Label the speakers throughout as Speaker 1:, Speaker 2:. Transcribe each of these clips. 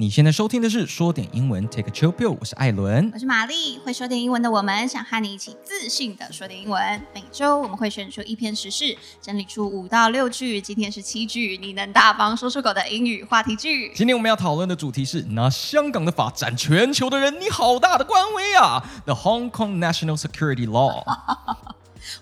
Speaker 1: 你现在收听的是《说点英文 Take a Chill Pill》，我是艾伦
Speaker 2: 我。是玛丽，会说点英文的我们，想和你一起自信的说点英文。每周我们会选出一篇时事，整理出五到六句，今天是七句，你能大方说出口的英语话题句。
Speaker 1: 今天我们要讨论的主题是拿香港的法斩全球的人，你好大的官威啊！The Hong Kong National Security Law。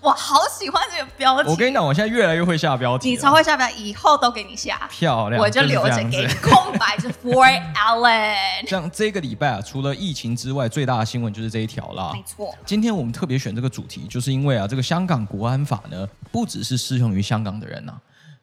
Speaker 2: 我好喜欢这个标题，
Speaker 1: 我跟你讲，我现在越来越会下标题了，
Speaker 2: 你超会下标，以后都给你下，
Speaker 1: 漂亮，
Speaker 2: 我就留
Speaker 1: 是
Speaker 2: 着
Speaker 1: 这样
Speaker 2: 给你
Speaker 1: 子。
Speaker 2: 空白，就是 for Alan。
Speaker 1: 像这个礼拜啊，除了疫情之外，最大的新闻就是这一条啦。
Speaker 2: 没错，
Speaker 1: 今天我们特别选这个主题，就是因为啊，这个香港国安法呢，不只是适用于香港的人呐、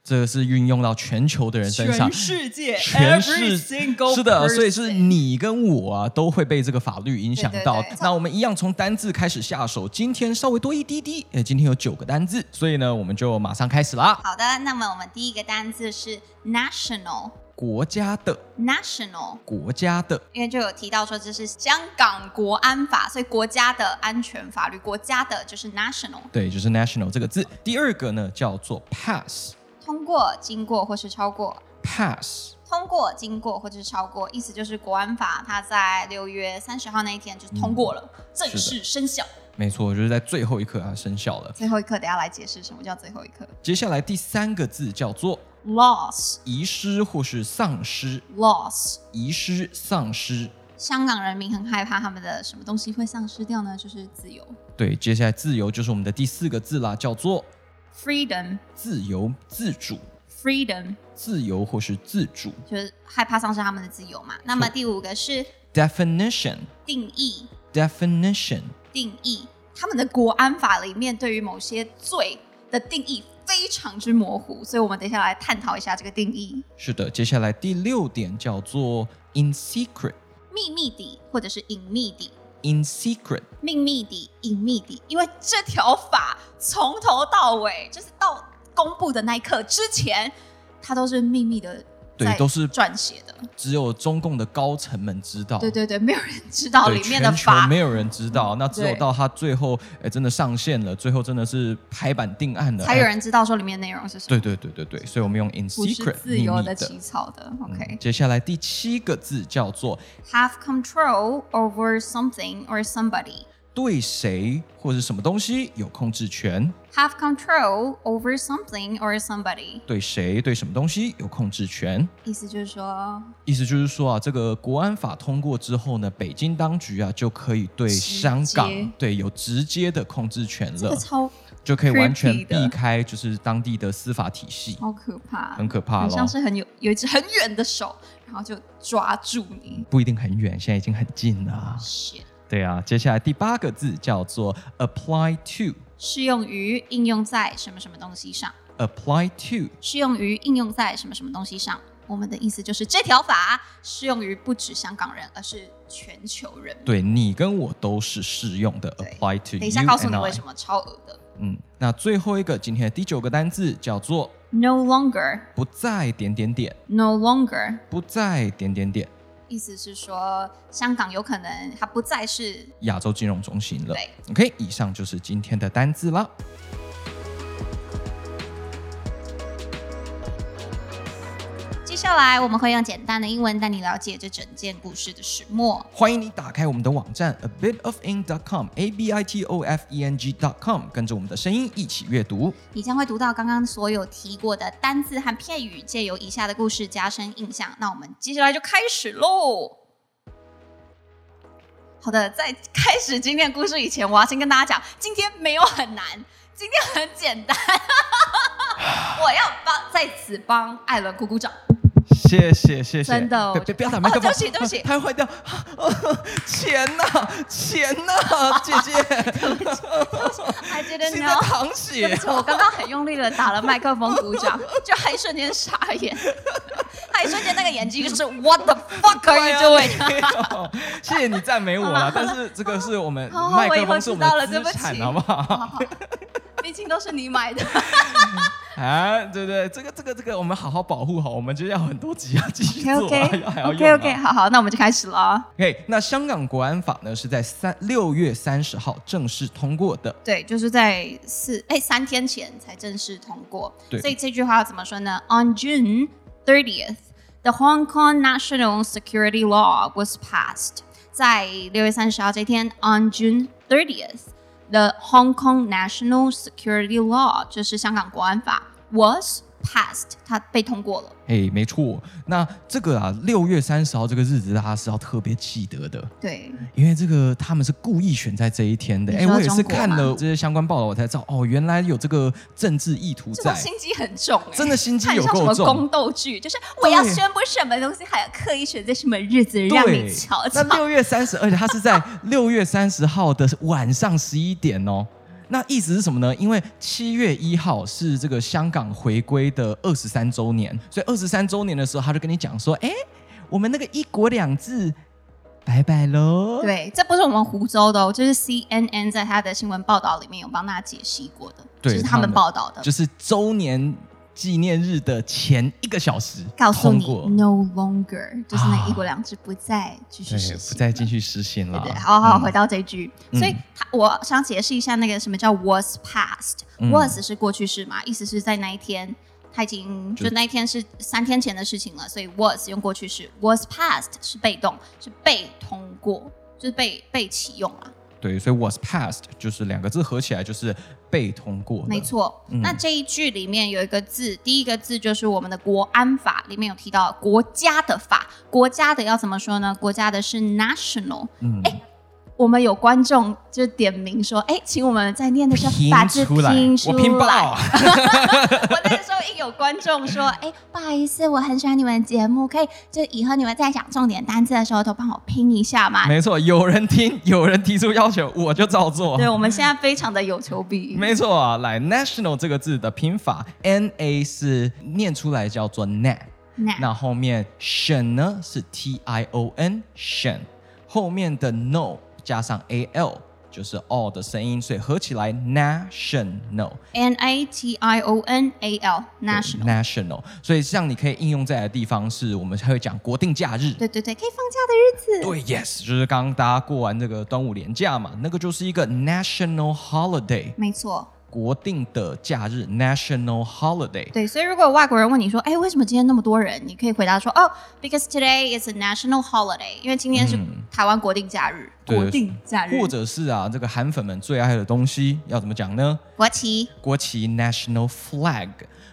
Speaker 1: 这个是运用到全球的人身上
Speaker 2: 全。世界，
Speaker 1: 全
Speaker 2: every
Speaker 1: 是
Speaker 2: single
Speaker 1: 是的，所以是
Speaker 2: person
Speaker 1: 你跟我啊都会被这个法律影响到。
Speaker 2: 对对对
Speaker 1: 那我们一样从单字开始下手，今天稍微多一滴滴，呃，今天有九个单字，所以呢，我们就马上开始啦。
Speaker 2: 好的，那么我们第一个单字是 national。
Speaker 1: 国家的，
Speaker 2: national，
Speaker 1: 国家的，
Speaker 2: 因为就有提到说这是香港国安法，所以国家的安全法律，国家的就是 national，
Speaker 1: 对，就是 national 这个字。第二个呢叫做 pass，pass
Speaker 2: 通过、经过或是超过。通过、经过或者是超过，意思就是国安法它在六月三十号那一天嗯就是通过了，正式生效。
Speaker 1: 没错，就是在最后一刻啊生效了。
Speaker 2: 最后一刻，等一下来解释什么叫最后一刻。
Speaker 1: 接下来第三个字叫做
Speaker 2: loss
Speaker 1: 遗失或是丧失，
Speaker 2: loss，
Speaker 1: 遗失、丧失。
Speaker 2: 香港人民很害怕他们的什么东西会丧失掉呢？就是自由
Speaker 1: 对，接下来自由就是我们的第四个字啦，叫做
Speaker 2: freedom
Speaker 1: 自由、自主、
Speaker 2: freedom，
Speaker 1: 自由或是自主。
Speaker 2: 就是害怕丧失他们的自由嘛。那么第五个是
Speaker 1: definition、
Speaker 2: 定义，
Speaker 1: definition，
Speaker 2: 定义，他们的国安法里面对于某些罪的定义非常之模糊，所以我们等一下来探讨一下这个定义：
Speaker 1: 是的。接下来第六点叫做 in secret、
Speaker 2: 秘密底或者是隐秘底。
Speaker 1: in secret。
Speaker 2: 秘密底、隐秘底，因为这条法从头到尾，就是到公布的那一刻之前，它都是秘密的，
Speaker 1: 对都是哦
Speaker 2: 撰写的，
Speaker 1: 只有中共的高层们知道。
Speaker 2: 对对对，没有人知道
Speaker 1: 对
Speaker 2: 里面的
Speaker 1: 全球
Speaker 2: 法嗯
Speaker 1: 没有人知道，那只有
Speaker 2: 对
Speaker 1: 到他最后，哎，真的上线了，最后真的是拍板定案了，
Speaker 2: 才有
Speaker 1: 哎
Speaker 2: 人知道说里面内容是什么，
Speaker 1: 对对对对对，所以我们用 in
Speaker 2: 不是
Speaker 1: secret
Speaker 2: 自由
Speaker 1: 秘密的
Speaker 2: 的起草的。OK，、
Speaker 1: 嗯接下来第七个字叫做
Speaker 2: have control over something or somebody.
Speaker 1: 对谁或是什么东西有控制权，
Speaker 2: Have control over something or somebody，
Speaker 1: 对谁对什么东西有控制权。
Speaker 2: 意思就是说
Speaker 1: 意思就是说啊，这个国安法通过之后呢，北京当局啊就可以对
Speaker 2: 直接
Speaker 1: 香港对有直接的控制权
Speaker 2: 这个
Speaker 1: 了，
Speaker 2: 超
Speaker 1: 就可以完全
Speaker 2: creepy
Speaker 1: 避
Speaker 2: 的
Speaker 1: 开就是当地的司法体系，
Speaker 2: 好可怕，
Speaker 1: 很可怕
Speaker 2: 很
Speaker 1: 咯
Speaker 2: 像。是很有有一只很远的手，然后就抓住你。
Speaker 1: 不一定很远，现在已经很近了。
Speaker 2: 是
Speaker 1: 对啊，接下来第八个字叫做 apply to。
Speaker 2: 适用于应用在什么什么东西上？
Speaker 1: apply to
Speaker 2: 适用于应用在什么什么东西上？我们的意思就是这条法适用于不止香港人，而是全球人。
Speaker 1: 对你跟我都是适用的
Speaker 2: 对
Speaker 1: apply to。
Speaker 2: 等一下告诉你
Speaker 1: and I
Speaker 2: 为什。么超额的。
Speaker 1: 嗯，那最后一个今天的第九个单字叫做
Speaker 2: No longer,
Speaker 1: 不再点点点，
Speaker 2: no longer
Speaker 1: 不再点点点。
Speaker 2: 意思是说，香港有可能它不再是
Speaker 1: 亚洲金融中心了
Speaker 2: 对。
Speaker 1: OK，以上就是今天的单字啦。
Speaker 2: 接下来我们会用简单的英文带你了解这整件故事的始末。
Speaker 1: 欢迎你打开我们的网站 a bit of eng dot com a b i t o f e n g dot com，跟着我们的声音一起阅读。
Speaker 2: 你将会读到刚刚所有提过的单字和片语，借由以下的故事加深印象。那我们接下来就开始喽。好的，在开始今天的故事以前，我要先跟大家讲，今天没有很难，今天很简单。 我要帮在此帮艾伦鼓鼓掌。
Speaker 1: 谢谢谢谢，
Speaker 2: 真的
Speaker 1: 别别
Speaker 2: 我觉
Speaker 1: 不要打
Speaker 2: 得
Speaker 1: 麦克风，
Speaker 2: 哦对不起对不起
Speaker 1: 啊它会坏掉。 钱呐、钱呐、姐 姐，
Speaker 2: I didn't
Speaker 1: 现在
Speaker 2: know。
Speaker 1: 淌
Speaker 2: 哦对
Speaker 1: 血
Speaker 2: 不。起，我刚刚很用力的打了麦克风鼓掌， 就还瞬间傻眼， 还瞬间那个眼睛就是 What the fuck 啊 are you
Speaker 1: 哎
Speaker 2: doing？
Speaker 1: 呦谢谢你赞美我 啦，但是这个是我们
Speaker 2: 好好
Speaker 1: 麦
Speaker 2: 哦我
Speaker 1: 克
Speaker 2: 以后
Speaker 1: 风是
Speaker 2: 知
Speaker 1: 我们
Speaker 2: 道了，
Speaker 1: 的
Speaker 2: 对不
Speaker 1: 资
Speaker 2: 起，
Speaker 1: 产，好不
Speaker 2: 好
Speaker 1: 好？
Speaker 2: 好毕竟都是你买 的，
Speaker 1: 啊，对不对？这个这个这个，我们好好保护好，我们就要很多集要继续
Speaker 2: OK
Speaker 1: 做啊，
Speaker 2: OK
Speaker 1: 要还要
Speaker 2: OK
Speaker 1: 用啊
Speaker 2: OK，好好，那我们就开始了啊。
Speaker 1: OK，那香港国安法呢是在三六月三十号正式通过的。
Speaker 2: 对，就是在四哎三天前才正式通过。
Speaker 1: 对
Speaker 2: 所以这句话要怎么说呢？On June thirtieth, the Hong Kong National Security Law was passed. 在六月三十号这天，on June thirtieth, the Hong Kong National Security Law 就是香港国安法 was passed，它被通过了。
Speaker 1: 哎，没错。那这个啊，六月三十号这个日子，大家是要特别记得的。
Speaker 2: 对，
Speaker 1: 因为这个他们是故意选在这一天的。
Speaker 2: 你
Speaker 1: 哎，
Speaker 2: 说
Speaker 1: 我也是
Speaker 2: 中国
Speaker 1: 看
Speaker 2: 吗
Speaker 1: 了这些相关报道，我才知道哦，原来有这个政治意图
Speaker 2: 这种
Speaker 1: 在，
Speaker 2: 心机很重、欸，
Speaker 1: 真的心机
Speaker 2: 它很
Speaker 1: 有
Speaker 2: 像什
Speaker 1: 够
Speaker 2: 么宫
Speaker 1: 重。
Speaker 2: 斗剧，就是我要
Speaker 1: 对
Speaker 2: 宣布什么东西，还要刻意选在什么日子让你
Speaker 1: 对
Speaker 2: 瞧，瞧
Speaker 1: 那。六月三十，而且它是在六月三十号的晚上十一点哦。那意思是什么呢？因为七月一号是这个香港回归的二十三周年，所以二十三周年的时候，他就跟你讲说：“哎，我们那个一国两制，拜拜喽。”
Speaker 2: 对，这不是我们湖州的哦，这是 CNN 在他的新闻报道里面有帮大家解析过的，
Speaker 1: 对
Speaker 2: 这是他
Speaker 1: 他
Speaker 2: 们
Speaker 1: 们
Speaker 2: 报道的
Speaker 1: 就。是周年纪念日的前一个小时，
Speaker 2: 告诉你
Speaker 1: 通过
Speaker 2: ，no longer 就是那
Speaker 1: 啊
Speaker 2: 一国两制不再继续
Speaker 1: 对
Speaker 2: 实行，
Speaker 1: 不再继续实行了
Speaker 2: 对。对，好好
Speaker 1: 嗯
Speaker 2: 回到这一句，
Speaker 1: 嗯
Speaker 2: 所以他我想解释一下那个什么叫 was past、
Speaker 1: 嗯
Speaker 2: was 是过去式嘛，意思是在那一天。他已经
Speaker 1: 就
Speaker 2: 就那一天是三天前的事情了，所以 was 用过去式，was passed 是被动，是被通过，就是被被启用了。
Speaker 1: 对，所以 was passed 就是两个字合起来就是被通过的。
Speaker 2: 没，错，
Speaker 1: 嗯
Speaker 2: 那这一句里面有一个字，第一个字就是我们的国安法里面有提到国家的法，国家的要怎么说呢？国家的是 national。
Speaker 1: 嗯，
Speaker 2: 我们有观众就点名说：“哎，请我们在念的时候把字
Speaker 1: 出来，
Speaker 2: 拼出
Speaker 1: 我拼爆
Speaker 2: 来。
Speaker 1: 啊！”
Speaker 2: 我那个时候一有观众说：“哎，不好意思，我很喜欢你们的节目，可以就以后你们在讲重点单词的时候都帮我拼一下嘛。
Speaker 1: 没错，有人听， 有人提出要求，我就照”做。
Speaker 2: 对，我们现在非常的有求必应。
Speaker 1: 没错啊，来 national 这个字的拼法，n a 是念出来叫做 na，
Speaker 2: 那
Speaker 1: 那后面 shen 呢是 t i o n shen，后面的 no 加上 a l 就是 all 的声音，所以合起来 national
Speaker 2: N A T I O N A L
Speaker 1: 对
Speaker 2: national。
Speaker 1: national，所以像你可以应用在的地方是我们还会讲国定假日。
Speaker 2: 对对对，可以放假的日子。
Speaker 1: 对，yes，就是刚刚大家过完这个端午连假嘛，那个就是一个 national holiday，
Speaker 2: 没错，
Speaker 1: 国定的假日 national holiday。
Speaker 2: 对，所以如果外国人问你说，哎，为什么今天那么多人？你可以回答说，哦，because today is a national holiday，因为今天是
Speaker 1: 嗯
Speaker 2: 台湾国定假日，
Speaker 1: 对
Speaker 2: 国定假日，
Speaker 1: 或者是啊，这个韩粉们最爱的东西要怎么讲呢？
Speaker 2: 国旗，
Speaker 1: 国旗 national flag。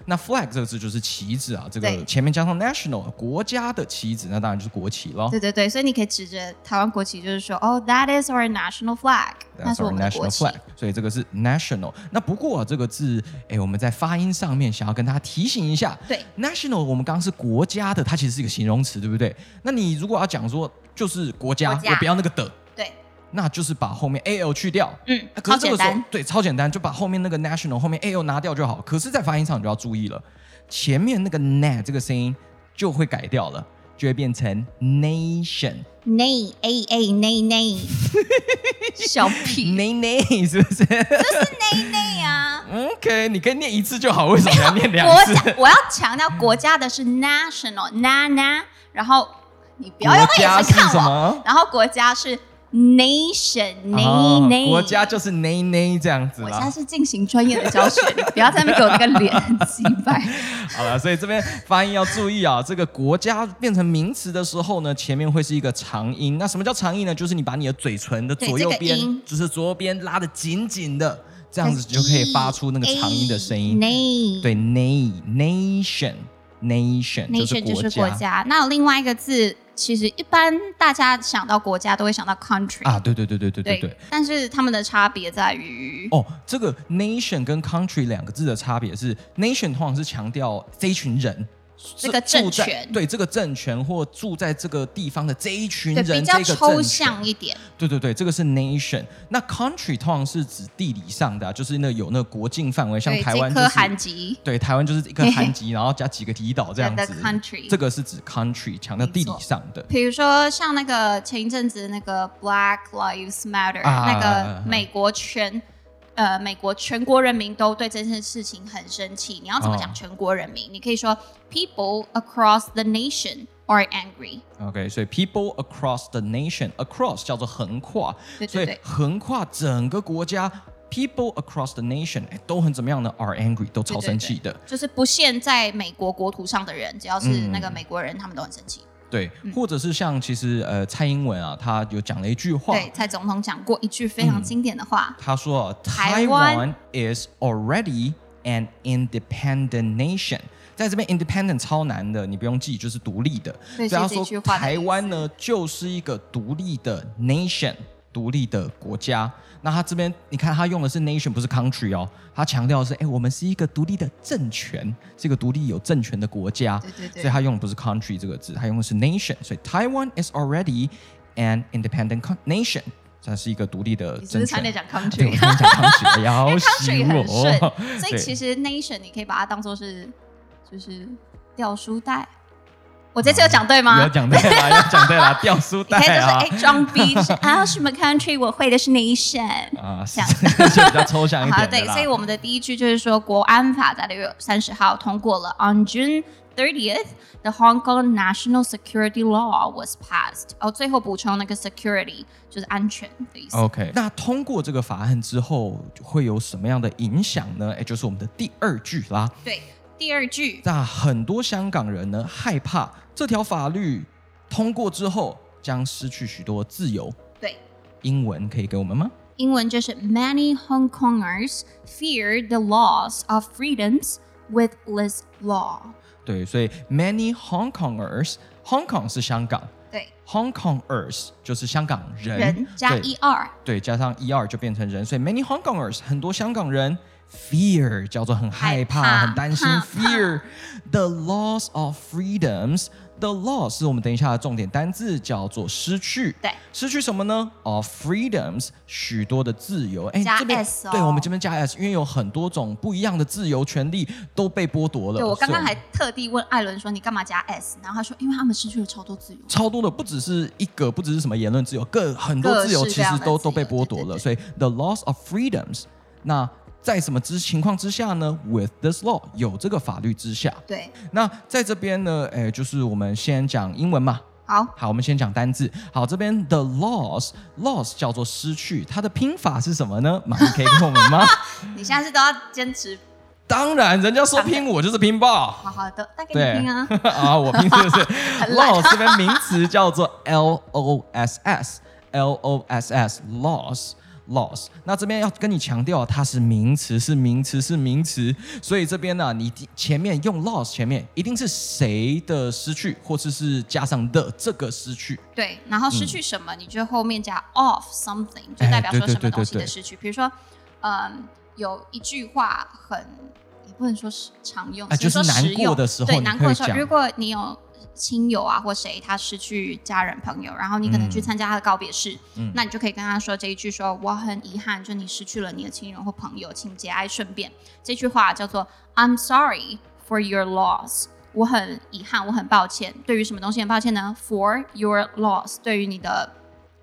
Speaker 1: 那 flag 这个字就是旗子啊，这
Speaker 2: 对
Speaker 1: 个前面加上 national 国家的旗子，那当然就是国旗咯。
Speaker 2: 对对对，所以你可以指着台湾国旗，就是说，哦，that is our national flag，那
Speaker 1: That's
Speaker 2: 是我
Speaker 1: our
Speaker 2: 们的国
Speaker 1: national
Speaker 2: 旗
Speaker 1: flag，。所以这个是 national。那不过、啊、这个字，哎，我们在发音上面想要跟大家提醒一下，
Speaker 2: 对
Speaker 1: national 我们刚刚是国家的，它其实是一个形容词，对不对？那你如果要讲说就是国家，
Speaker 2: 国家
Speaker 1: 我不要那个的，
Speaker 2: 对，
Speaker 1: 那就是把后面 a l 去掉。
Speaker 2: 嗯
Speaker 1: 啊，可是
Speaker 2: 超
Speaker 1: 这
Speaker 2: 简
Speaker 1: 个时候
Speaker 2: 单，
Speaker 1: 对，超简单，就把后面那个 national 后面 a l 拿掉就好。可是，在发音上你就要注意了，前面那个 na 这个声音就会改掉了，就会变成 nation。
Speaker 2: nay a a nay nay，小 屁
Speaker 1: nay nay 是不是
Speaker 2: nay nay 啊。
Speaker 1: ？OK，你可以念一次就好，为什么要念两
Speaker 2: 国
Speaker 1: 次？
Speaker 2: 家，我要强调国家的是 national na na，然后你不要用那个眼
Speaker 1: 国
Speaker 2: 神
Speaker 1: 家是什
Speaker 2: 看我
Speaker 1: 么，
Speaker 2: 然后国家是 nation na
Speaker 1: 哦
Speaker 2: na，、
Speaker 1: 国家就是 nay nay 这样子
Speaker 2: 我
Speaker 1: 啦。
Speaker 2: 现在是进行专业的教学，你不要在那边给我那个脸很鸡掰。
Speaker 1: 好了，所以这边发音要注意啊。这个国家变成名词的时候呢，前面会是一个长音。那什么叫长音呢？就是你把你的嘴唇的左右
Speaker 2: 对这
Speaker 1: 边，
Speaker 2: 个音
Speaker 1: 就是左右边拉的紧紧的， 这样子就可以发出那个长音的声音。
Speaker 2: na
Speaker 1: 对，na nation nation 就是
Speaker 2: nation 就是
Speaker 1: 国
Speaker 2: 国家，那有另外一个字，其实一般大家想到国家都会想到 country，、
Speaker 1: 啊，对对对对对对对。
Speaker 2: 但是他们的差别在于。
Speaker 1: 哦，这个 nation 跟 country 两个字的差别是，nation 通常是强调这一群人，
Speaker 2: 这个
Speaker 1: 是住
Speaker 2: 政
Speaker 1: 在
Speaker 2: 权
Speaker 1: 对这个政权或住在这个地方的这一群
Speaker 2: 对，
Speaker 1: 人，
Speaker 2: 比较
Speaker 1: 这个
Speaker 2: 抽
Speaker 1: 政
Speaker 2: 象
Speaker 1: 权
Speaker 2: 一点，
Speaker 1: 对对对，这个是 nation。那 country 通常是指地理上的、啊，就是那有那个国境范围，像
Speaker 2: 对，
Speaker 1: 台湾
Speaker 2: 这
Speaker 1: 就
Speaker 2: 颗
Speaker 1: 是
Speaker 2: 韩籍，
Speaker 1: 对台湾就是一个韩 籍，然后加几个离岛这样
Speaker 2: 对
Speaker 1: 子
Speaker 2: 的。country
Speaker 1: 这个是指 country，强调地理上的。
Speaker 2: 比如说像那个前一阵子那个 Black Lives Matter、
Speaker 1: 啊
Speaker 2: 那个美国全呃美国全国人民都对这件事情很生气，你要怎么讲
Speaker 1: 哦
Speaker 2: 全国人民？你可以说 People across the nation are angry。
Speaker 1: OK，所以 people across the nation，across 叫做横跨，
Speaker 2: 对
Speaker 1: 所
Speaker 2: 对
Speaker 1: 以
Speaker 2: 对，
Speaker 1: 横跨整个国家。 people across the nation 哎都很怎么样呢？are angry，都超生气的。
Speaker 2: 就是不限在美国国土上的人，只要是
Speaker 1: 嗯
Speaker 2: 那个美国人，他们都很生气。
Speaker 1: 对，
Speaker 2: 嗯
Speaker 1: 或者是像其实呃蔡英文啊，他有讲了一句话，
Speaker 2: 对，蔡总统讲过一句非常经典的话，
Speaker 1: 他说啊
Speaker 2: 台湾
Speaker 1: ，Taiwan is already an independent nation。在这边，independent 超难的，你不用记，就是独立的。
Speaker 2: 对
Speaker 1: 所以他
Speaker 2: 是这句
Speaker 1: 说，
Speaker 2: 话的意思
Speaker 1: 台湾呢就是一个独立的 nation，独立的国家。那他这边，你看他用的是 nation，不是 country 哦。他强调的是，哎、我们是一个独立的政权，是一个独立有政权的国家。
Speaker 2: 对对对
Speaker 1: 所以他用的不是 country 这个字，他用的是 nation。所以 Taiwan is already an independent co- nation，它是一个独立的
Speaker 2: 你是
Speaker 1: 政
Speaker 2: 不
Speaker 1: 权。
Speaker 2: 是差点讲
Speaker 1: 对，我
Speaker 2: country？
Speaker 1: 刚讲 country，要死
Speaker 2: country 很
Speaker 1: 我。
Speaker 2: 顺，所以
Speaker 1: 对
Speaker 2: 其实 nation 你可以把它当做是就是掉书袋。我这次有讲对吗？
Speaker 1: 要讲对啦， 要讲对啦，啊掉书
Speaker 2: 你
Speaker 1: 袋
Speaker 2: 可以就是
Speaker 1: 啊
Speaker 2: 哎。装逼 是啊什么 country 我会的是 nation。
Speaker 1: 啊，是
Speaker 2: 讲
Speaker 1: 就比较抽象一
Speaker 2: 哎 好，
Speaker 1: 点的
Speaker 2: 对，
Speaker 1: 啦
Speaker 2: 所以我们的第一句就是说，国安法在六月三十号通过了。On June thirtieth, the Hong Kong National Security Law was passed。哦，最后补充那个 security 就是安全的意思。
Speaker 1: OK，那通过这个法案之后会有什么样的影响呢？哎，就是我们的第二句啦。
Speaker 2: 对，第二句
Speaker 1: 那很多香港人呢害怕这条法律通过之后将失去许多自由。
Speaker 2: 对。
Speaker 1: 英文可以给我们吗？
Speaker 2: 英文就是 Many Hong Kongers fear the loss of freedoms with this law。
Speaker 1: 对，所以 many Hong Kongers，Hong Kong 是香港
Speaker 2: 对，
Speaker 1: ，Hong Kongers 就是香港人，
Speaker 2: 人加
Speaker 1: 嗯对
Speaker 2: 一二，
Speaker 1: 对，加上 er 就变成人，所以 many Hong Kongers 很多香港人 fear 叫做很害怕、
Speaker 2: 害怕
Speaker 1: 很 担心
Speaker 2: 怕
Speaker 1: fear the loss of freedoms。The loss 是我们等一下的重点单字，叫做失去。
Speaker 2: 对，
Speaker 1: 失去什么呢？Of freedoms，许多的自由。哎
Speaker 2: 加
Speaker 1: 这边
Speaker 2: s 哦
Speaker 1: 对，我们这边加 s，因为有很多种不一样的自由权利都被剥夺了。
Speaker 2: 对我刚刚
Speaker 1: 所以
Speaker 2: 还特地问艾伦说你干嘛加 s，然后他说因为他们失去了超多自由。
Speaker 1: 超多的，不只是一个，不只是什么言论自由，各很多自由
Speaker 2: 各式
Speaker 1: 其
Speaker 2: 各样
Speaker 1: 实
Speaker 2: 的
Speaker 1: 都
Speaker 2: 自
Speaker 1: 都
Speaker 2: 由
Speaker 1: 被剥夺了。
Speaker 2: 对对对
Speaker 1: 所以 the loss of freedoms，那在什么之情况之下呢？With this law，有这个法律之下，
Speaker 2: 对，
Speaker 1: 那在这边呢，哎，就是我们先讲英文嘛。
Speaker 2: 好，
Speaker 1: 好，我们先讲单字。好，这边 the loss，loss 叫做失去，它的拼法是什么呢？马上可以给我们 吗？
Speaker 2: 你现在是都要坚持，
Speaker 1: 当然，人家说拼我就是拼爆。
Speaker 2: 好好的，带给
Speaker 1: 对
Speaker 2: 你听啊。
Speaker 1: 啊，我平时是
Speaker 2: 很懒
Speaker 1: loss 这边名词叫做 L O S S L O S S loss。loss，那这边要跟你强调，它是名词，是名词，是名词。所以这边呢、你前面用 loss 前面一定是谁的失去，或者是加上的这个失去。
Speaker 2: 对，然后失去什么，你就后面加 of something，就代表
Speaker 1: 嗯哎对
Speaker 2: 说什
Speaker 1: 对对
Speaker 2: 么东西
Speaker 1: 对对
Speaker 2: 的失去。比如说，嗯，有一句话很，也不能说是常用，
Speaker 1: 哎
Speaker 2: 只说
Speaker 1: 就是难
Speaker 2: 实用
Speaker 1: 过的时候
Speaker 2: 对，
Speaker 1: 你
Speaker 2: 难过的时
Speaker 1: 会
Speaker 2: 候，
Speaker 1: 讲
Speaker 2: 如果你有亲友啊或谁他失去家人朋友，然后你可能去
Speaker 1: 嗯
Speaker 2: 参加他的告别式，
Speaker 1: 嗯
Speaker 2: 那你就可以跟他说这一句说，我很遗憾，就你失去了你的亲人或朋友，请节哀顺变。这句话叫做 I'm sorry for your loss。我很遗憾，我很抱歉。对于什么东西很抱歉呢？For your loss，对于你的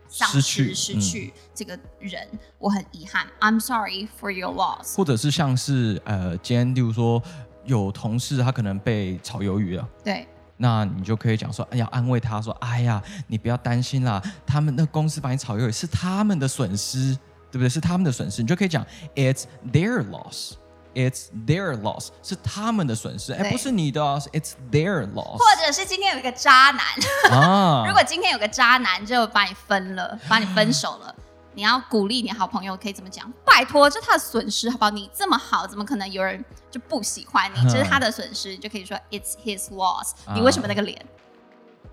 Speaker 2: 丧
Speaker 1: 失去嗯
Speaker 2: 失、失去这个人，我很遗憾。I'm sorry for your loss。
Speaker 1: 或者是像是呃，今天例如说有同事他可能被炒鱿鱼了，
Speaker 2: 对
Speaker 1: 那你就可以讲说，哎呀，安慰他说，哎呀，你不要担心啦，他们那公司把你炒鱿鱼是他们的损失，对不对？是他们的损失，你就可以讲，it's their loss。It's their loss，是他们的损失，哎，
Speaker 2: 对
Speaker 1: 不是你的、啊、是，It's their loss。
Speaker 2: 或者是今天有一个渣男，
Speaker 1: 啊
Speaker 2: 如果今天有个渣男就把你分了，把你分手了，你要鼓励你好朋友可以怎么讲？拜托，这是他的损失，好不好？你这么好，怎么可能有人就不喜欢你？
Speaker 1: 嗯
Speaker 2: 这是他的损失，你就可以说 it's his loss
Speaker 1: 啊。
Speaker 2: 你为什么那个脸？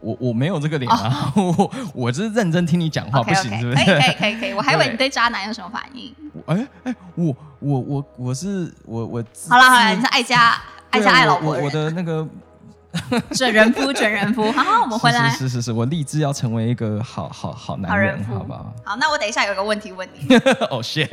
Speaker 1: 我我没有这个脸啊，我我是认真听你讲话
Speaker 2: OK
Speaker 1: 不行
Speaker 2: OK，
Speaker 1: 是不
Speaker 2: 可以可以
Speaker 1: 是？
Speaker 2: 可 以可以，我还以为
Speaker 1: 对
Speaker 2: 你对渣男有什么反应。
Speaker 1: 哎哎，我我我我是我我自
Speaker 2: 好了好了，
Speaker 1: 自
Speaker 2: 你是爱家爱
Speaker 1: 对啊
Speaker 2: 家爱
Speaker 1: 我
Speaker 2: 老婆
Speaker 1: 我
Speaker 2: 的
Speaker 1: 我
Speaker 2: 人，
Speaker 1: 的那个
Speaker 2: 准人夫准人夫。好好，我们回来
Speaker 1: 是。是是是，我立志要成为一个好好好男
Speaker 2: 好
Speaker 1: 人，
Speaker 2: 人夫
Speaker 1: 好不好？
Speaker 2: 好，那我等一下有个问题问你，
Speaker 1: 哦、谢。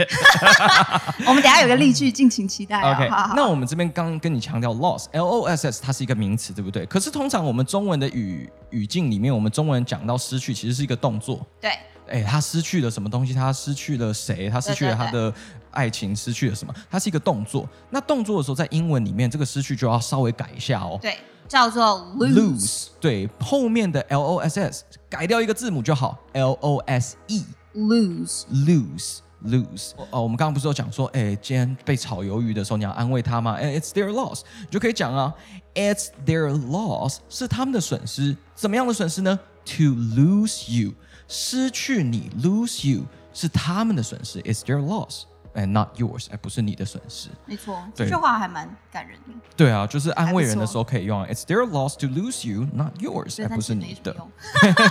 Speaker 2: 我们等一下有个例句，敬请期待哦。
Speaker 1: OK，
Speaker 2: 好 好好
Speaker 1: 那我们这边刚跟你强调 loss，L O S S，它是一个名词，对不对？可是通常我们中文的语语境里面，我们中文讲到失去，其实是一个动作。
Speaker 2: 对
Speaker 1: 哎，他失去了什么东西？他失去了谁？他失去了他的爱情，失去了什么？它是一个动作。那动作的时候，在英文里面，这个失去就要稍微改一下哦。
Speaker 2: 对，叫做 lose。
Speaker 1: 对，后面的 L O S S 改掉一个字母就好，L O S E
Speaker 2: lose
Speaker 1: lose lose。哦，我们刚刚不是有讲说，哎，今天被炒鱿鱼的时候，你要安慰他吗？哎，it's their loss，你就可以讲啊，it's their loss 是他们的损失，怎么样的损失呢？To lose you，失去你，lose you 是他们的损失，it's their loss。哎，not yours，哎，不是你的损失。
Speaker 2: 没错，
Speaker 1: 对
Speaker 2: 这句话还蛮感人的，
Speaker 1: 对啊，就是安慰
Speaker 2: 还
Speaker 1: 人
Speaker 2: 不错
Speaker 1: 的时候可以用啊。It's their loss to lose you, not yours，
Speaker 2: 对，
Speaker 1: 哎，
Speaker 2: 但
Speaker 1: 不是
Speaker 2: 其实没
Speaker 1: 你
Speaker 2: 什么
Speaker 1: 的。
Speaker 2: 用，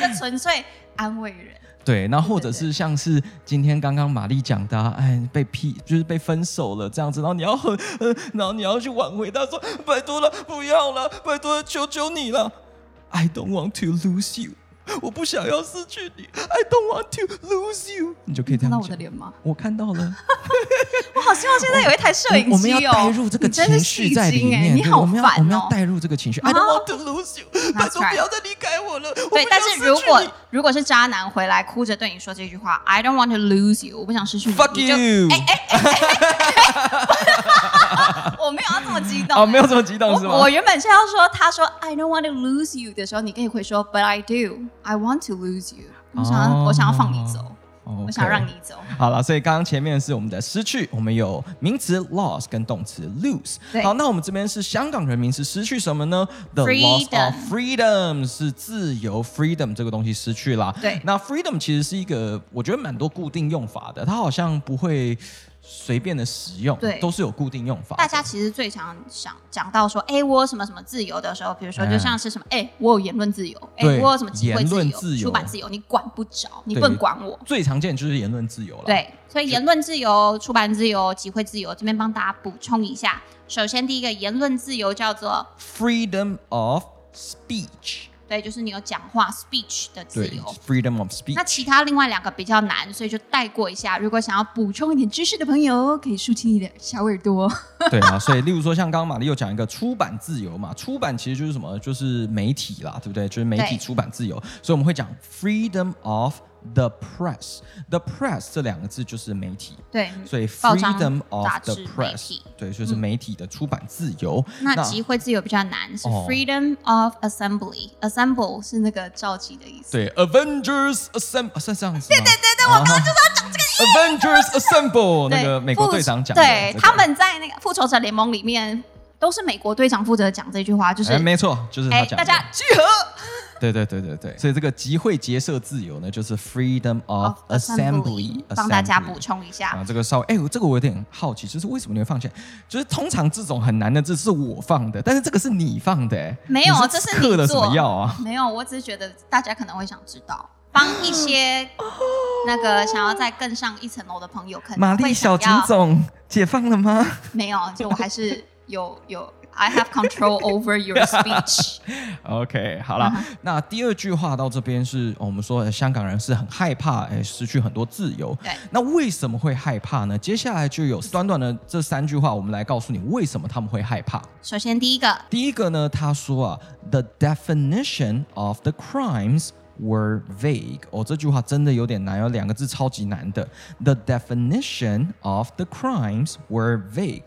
Speaker 2: 就纯粹安慰人。
Speaker 1: 对，那或
Speaker 2: 对
Speaker 1: 者
Speaker 2: 对
Speaker 1: 是像是今天刚刚玛丽讲的、啊，哎，被劈就是被分手了这样子，然后你要很， 呃，然后你要去挽回他说，拜托了，不要了，拜托了，求求你了，I don't want to lose you，我不想要失去你，I don't want to lose you，你就可以
Speaker 2: 你
Speaker 1: 这
Speaker 2: 看
Speaker 1: 样
Speaker 2: 到
Speaker 1: 讲。
Speaker 2: 我的脸吗？
Speaker 1: 我看到 了，
Speaker 2: 我好希望现在有一台摄影
Speaker 1: 哦
Speaker 2: 机哦，
Speaker 1: 我们要带入这个
Speaker 2: 你真是
Speaker 1: 情
Speaker 2: 戏
Speaker 1: 绪在里
Speaker 2: 精哎
Speaker 1: 面，
Speaker 2: 你
Speaker 1: 对
Speaker 2: 好
Speaker 1: 我们要
Speaker 2: 烦
Speaker 1: 我们要
Speaker 2: 哦。
Speaker 1: 带入这个情绪。I don't want to lose you，拜托
Speaker 2: right
Speaker 1: 不要再离开我了。我
Speaker 2: 对
Speaker 1: 不，
Speaker 2: 但
Speaker 1: 想失
Speaker 2: 是
Speaker 1: 去
Speaker 2: 如果
Speaker 1: 你
Speaker 2: 如果是渣男回来哭着对你说这句话，I don't want to lose you，我不想失去你
Speaker 1: fuck
Speaker 2: 你就哎
Speaker 1: you，
Speaker 2: 我没有要这么激动、欸
Speaker 1: 哦，没有这么激动是吗？
Speaker 2: 我我原本是要说，他说 I don't want to lose you 的时候，你可以回说 But I do, I want to lose you。我想要，
Speaker 1: 哦
Speaker 2: 我想要放你走，
Speaker 1: 哦
Speaker 2: 我想
Speaker 1: OK
Speaker 2: 让你走。
Speaker 1: 好了，所以刚刚前面是我们的失去，我们有名词 loss 跟动词 lose
Speaker 2: 对。
Speaker 1: 好，那我们这边是香港人民是失去什么呢？The loss
Speaker 2: Freedom
Speaker 1: of freedom 是自由，freedom 这个东西失去啦。
Speaker 2: 对
Speaker 1: 那 freedom 其实是一个我觉得蛮多固定用法的，它好像不会随便的使用，
Speaker 2: 对
Speaker 1: 都是有固定用法的。
Speaker 2: 大家其实最常想讲到说，哎，我有什么什么自由的时候，比如说
Speaker 1: 嗯
Speaker 2: 就像是什么，哎，我有言论自由，哎，
Speaker 1: 对
Speaker 2: 我有什么集会
Speaker 1: 言
Speaker 2: 自
Speaker 1: 论
Speaker 2: 由、
Speaker 1: 自由
Speaker 2: 出版自由，你管不着，你不
Speaker 1: 对
Speaker 2: 能管我。
Speaker 1: 最常见的就是言论自由了。
Speaker 2: 对，所以言论自由、出版自由、集会自由，这边帮大家补充一下。首先，第一个言论自由叫做
Speaker 1: ，freedom of speech，
Speaker 2: 对，就是你有讲话 speech 的自
Speaker 1: 对
Speaker 2: 由。
Speaker 1: ，freedom of speech。
Speaker 2: 那其他另外两个比较难，所以就带过一下。如果想要补充一点知识的朋友，可以竖起你的小耳朵。
Speaker 1: 对啊，所以例如说像刚刚玛丽又讲一个出版自由嘛，出版其实就是什么，就是媒体啦，对不对？就是媒体
Speaker 2: 对
Speaker 1: 出版自由，所以我们会讲 freedom of the press。the press 这两个字就是媒体，
Speaker 2: 对，
Speaker 1: 所以
Speaker 2: 报章
Speaker 1: freedom of
Speaker 2: 杂
Speaker 1: the
Speaker 2: 志媒
Speaker 1: press
Speaker 2: 体嗯
Speaker 1: 对，就是媒体的出版自由。
Speaker 2: 那集会自由比较难，是
Speaker 1: 哦
Speaker 2: freedom of assembly。assemble 是那个召集的意思。
Speaker 1: 对 Avengers assemble 是这样子吗？对对
Speaker 2: 对对，我刚刚就是要讲这个。
Speaker 1: Avengers assemble 那个
Speaker 2: 对
Speaker 1: 美国
Speaker 2: 复
Speaker 1: 队长讲的这，
Speaker 2: 对
Speaker 1: 个
Speaker 2: 他们在那个复仇者联盟里面都是美国队长负责讲这句话，就是
Speaker 1: 哎，没错，就是他
Speaker 2: 哎，
Speaker 1: 讲的。
Speaker 2: 大家集合。
Speaker 1: 对对对对对，所以这个集会结社自由呢，就是 freedom of
Speaker 2: of
Speaker 1: assembly，
Speaker 2: 哦帮大家
Speaker 1: assembly
Speaker 2: 补充一下
Speaker 1: 啊，。这个稍微，哎、我这个我有点好奇，就是为什么你会放弃？就是通常这种很难的字是我放的，但是这个是你放的、哎
Speaker 2: 没有
Speaker 1: 你
Speaker 2: 这是你
Speaker 1: 嗑了什
Speaker 2: 做
Speaker 1: 么药啊？
Speaker 2: 没有，我只是觉得大家可能会想知道，帮一些
Speaker 1: 哦
Speaker 2: 那个想要再更上一层楼的朋友，可
Speaker 1: 玛
Speaker 2: 能会
Speaker 1: 丽
Speaker 2: 想
Speaker 1: 小警
Speaker 2: 要
Speaker 1: 总解放了吗？
Speaker 2: 没有，就我还是有有，I have control over your speech。
Speaker 1: OK，好
Speaker 2: 嗯
Speaker 1: 了，那第二句话到这边是、哦我们说、呃香港人是很害怕，哎、失去很多自由。
Speaker 2: 对，
Speaker 1: 那为什么会害怕呢？接下来就有短短的这三句话，我们来告诉你为什么他们会害怕。
Speaker 2: 首先第一个，
Speaker 1: 第一个呢，他说啊，the definition of the crimes were vague。哦，这句话真的有点难，有两个字超级难的。The definition of the crimes were vague。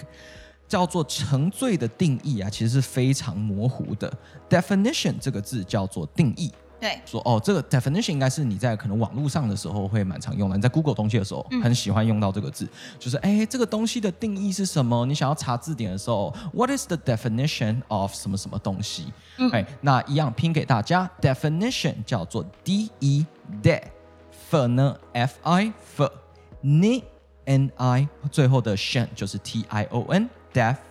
Speaker 1: 叫做成罪的定义啊，其实是非常模糊的。definition 这个字叫做定义，
Speaker 2: 对
Speaker 1: 说哦，这个 definition 应该是你在可能网络上的时候会蛮常用的，你在 Google 东西的时候
Speaker 2: 嗯
Speaker 1: 很喜欢用到这个字，就是哎，这个东西的定义是什么？你想要查字典的时候，What is the definition of 什么什么东西？
Speaker 2: 嗯
Speaker 1: 哎，那一样拼给大家，definition 叫做 d e d，f 呢 f i f，n n i 最后的 shen 就是 t i o n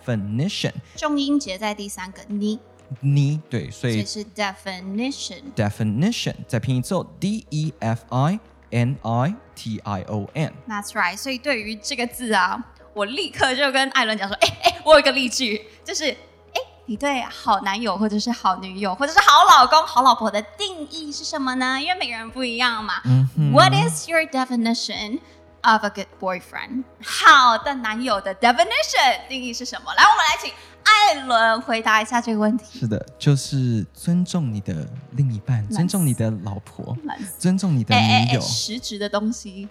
Speaker 1: definition
Speaker 2: 重音节在第三个你，
Speaker 1: 你对，所
Speaker 2: 所
Speaker 1: 以
Speaker 2: 以是 definition。
Speaker 1: definition，再拼一次哦，d e f i n i t i o n。
Speaker 2: That's right。所以对于这个字啊，我立刻就跟艾伦讲说：“哎、哎、我有一个例句，就是哎、你对好男友或者是好女友或者是好老公、好老婆的定义是什么呢？因为每个人不一样嘛。What
Speaker 1: 嗯
Speaker 2: is your definition of a good boyfriend？好的男友的 definition 定义是什么？来，我们来请艾伦回答一下这个问题。
Speaker 1: 是的，就是尊重你的另一半，尊重你的老婆，尊重你的
Speaker 2: 哎哎
Speaker 1: 女
Speaker 2: 哎，
Speaker 1: 友，
Speaker 2: 实质的东西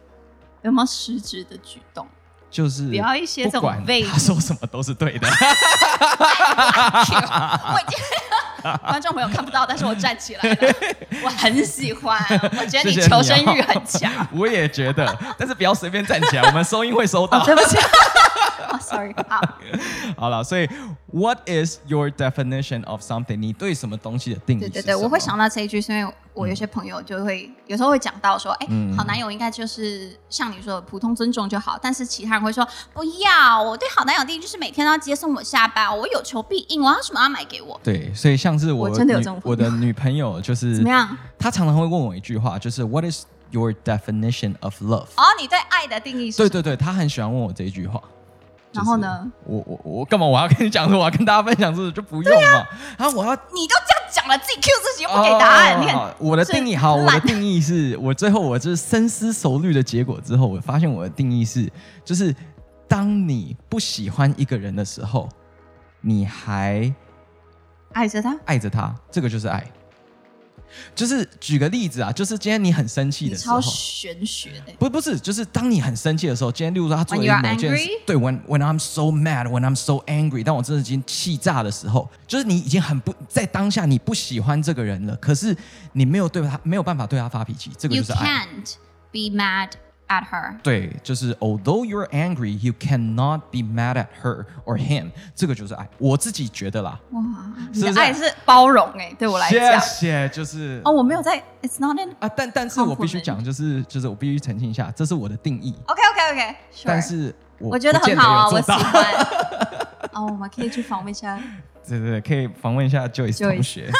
Speaker 2: 有没有实质的举动？
Speaker 1: 就是
Speaker 2: 不要一些这种
Speaker 1: 不管
Speaker 2: vague
Speaker 1: 他说什么都是对的。
Speaker 2: 我已经 观众朋友看不到，但是我站起来了，我很喜欢，我觉得你
Speaker 1: 谢谢你
Speaker 2: 求生
Speaker 1: 哦
Speaker 2: 欲很强。
Speaker 1: 我也觉得，但是不要随便站 起来，我们收音会收到
Speaker 2: 哦，。对不起，哦，sorry，好，
Speaker 1: 好了，所以 What is your definition of something？你对什么东西的定义
Speaker 2: 对
Speaker 1: 是
Speaker 2: 对
Speaker 1: 什么？
Speaker 2: 对，我会想到这一句，是因为我有些朋友就会、有时候会讲到说，哎、
Speaker 1: 嗯
Speaker 2: 好男友应该就是像你说的普通尊重就好，但是其他人会说不要，我对好男友定义就是每天都要接送我下班，我有求必应，我要什么要买给我，
Speaker 1: 对，所以像是我
Speaker 2: 我真的有
Speaker 1: 女
Speaker 2: 这种朋
Speaker 1: 我
Speaker 2: 友
Speaker 1: 的女朋友就是
Speaker 2: 怎么样？
Speaker 1: 她常常会问我一句话，就是 What is your definition of love？、
Speaker 2: 哦，你对爱的定义是
Speaker 1: 对
Speaker 2: 什么？
Speaker 1: 对对，她很喜欢问我这一句话。
Speaker 2: 然后呢？
Speaker 1: 我我我干嘛？我要跟你讲说，我要跟大家分享，是不是就不用嘛？然后我要
Speaker 2: 哦你都这样讲了，自己 Q 自己啊又不给答案，
Speaker 1: 哦
Speaker 2: 你看
Speaker 1: 好我的定义好，
Speaker 2: 是
Speaker 1: 我
Speaker 2: 懒
Speaker 1: 的定义是我最后我就是深思熟虑的结果之后，我发现我的定义是，就是当你不喜欢一个人的时候，你还
Speaker 2: 爱着他，
Speaker 1: 爱着他，这个就是爱。就是举个例子啊，就是今天你很生气
Speaker 2: 你
Speaker 1: 的时候
Speaker 2: 超，玄学的。
Speaker 1: 不不是，就是当你很生气的时候，今天例如说他做了
Speaker 2: When
Speaker 1: 一
Speaker 2: you are
Speaker 1: 某件事
Speaker 2: angry？，
Speaker 1: 对，when when I'm so mad, when I'm so angry，当我真的已经气炸的时候，就是你已经很不在当下你不喜欢这个人了，可是你没有对他没有办法对他发脾气，这个
Speaker 2: You
Speaker 1: 就是爱。
Speaker 2: can't be mad at her。
Speaker 1: 对，就是 although you're angry, you cannot be mad at her or him，这个就是爱。我自己觉得啦，
Speaker 2: 哇，你
Speaker 1: 是不
Speaker 2: 的
Speaker 1: 是
Speaker 2: 爱是包容哎、对我来
Speaker 1: 谢
Speaker 2: 讲。
Speaker 1: 谢，就是
Speaker 2: 哦，我没有在，It's not in。
Speaker 1: 啊，但但是我必须
Speaker 2: Compliment
Speaker 1: 讲，就是就是我必须澄清一下，这是我的定义，
Speaker 2: OK OK OK，
Speaker 1: 但是我
Speaker 2: 我觉得
Speaker 1: 不见
Speaker 2: 很好啊，
Speaker 1: 有
Speaker 2: 我
Speaker 1: 做
Speaker 2: 喜
Speaker 1: 到
Speaker 2: 欢。哦，我们可以去访问一下
Speaker 1: 对对对，可以访问一下 Joyce
Speaker 2: Joyce
Speaker 1: 同学。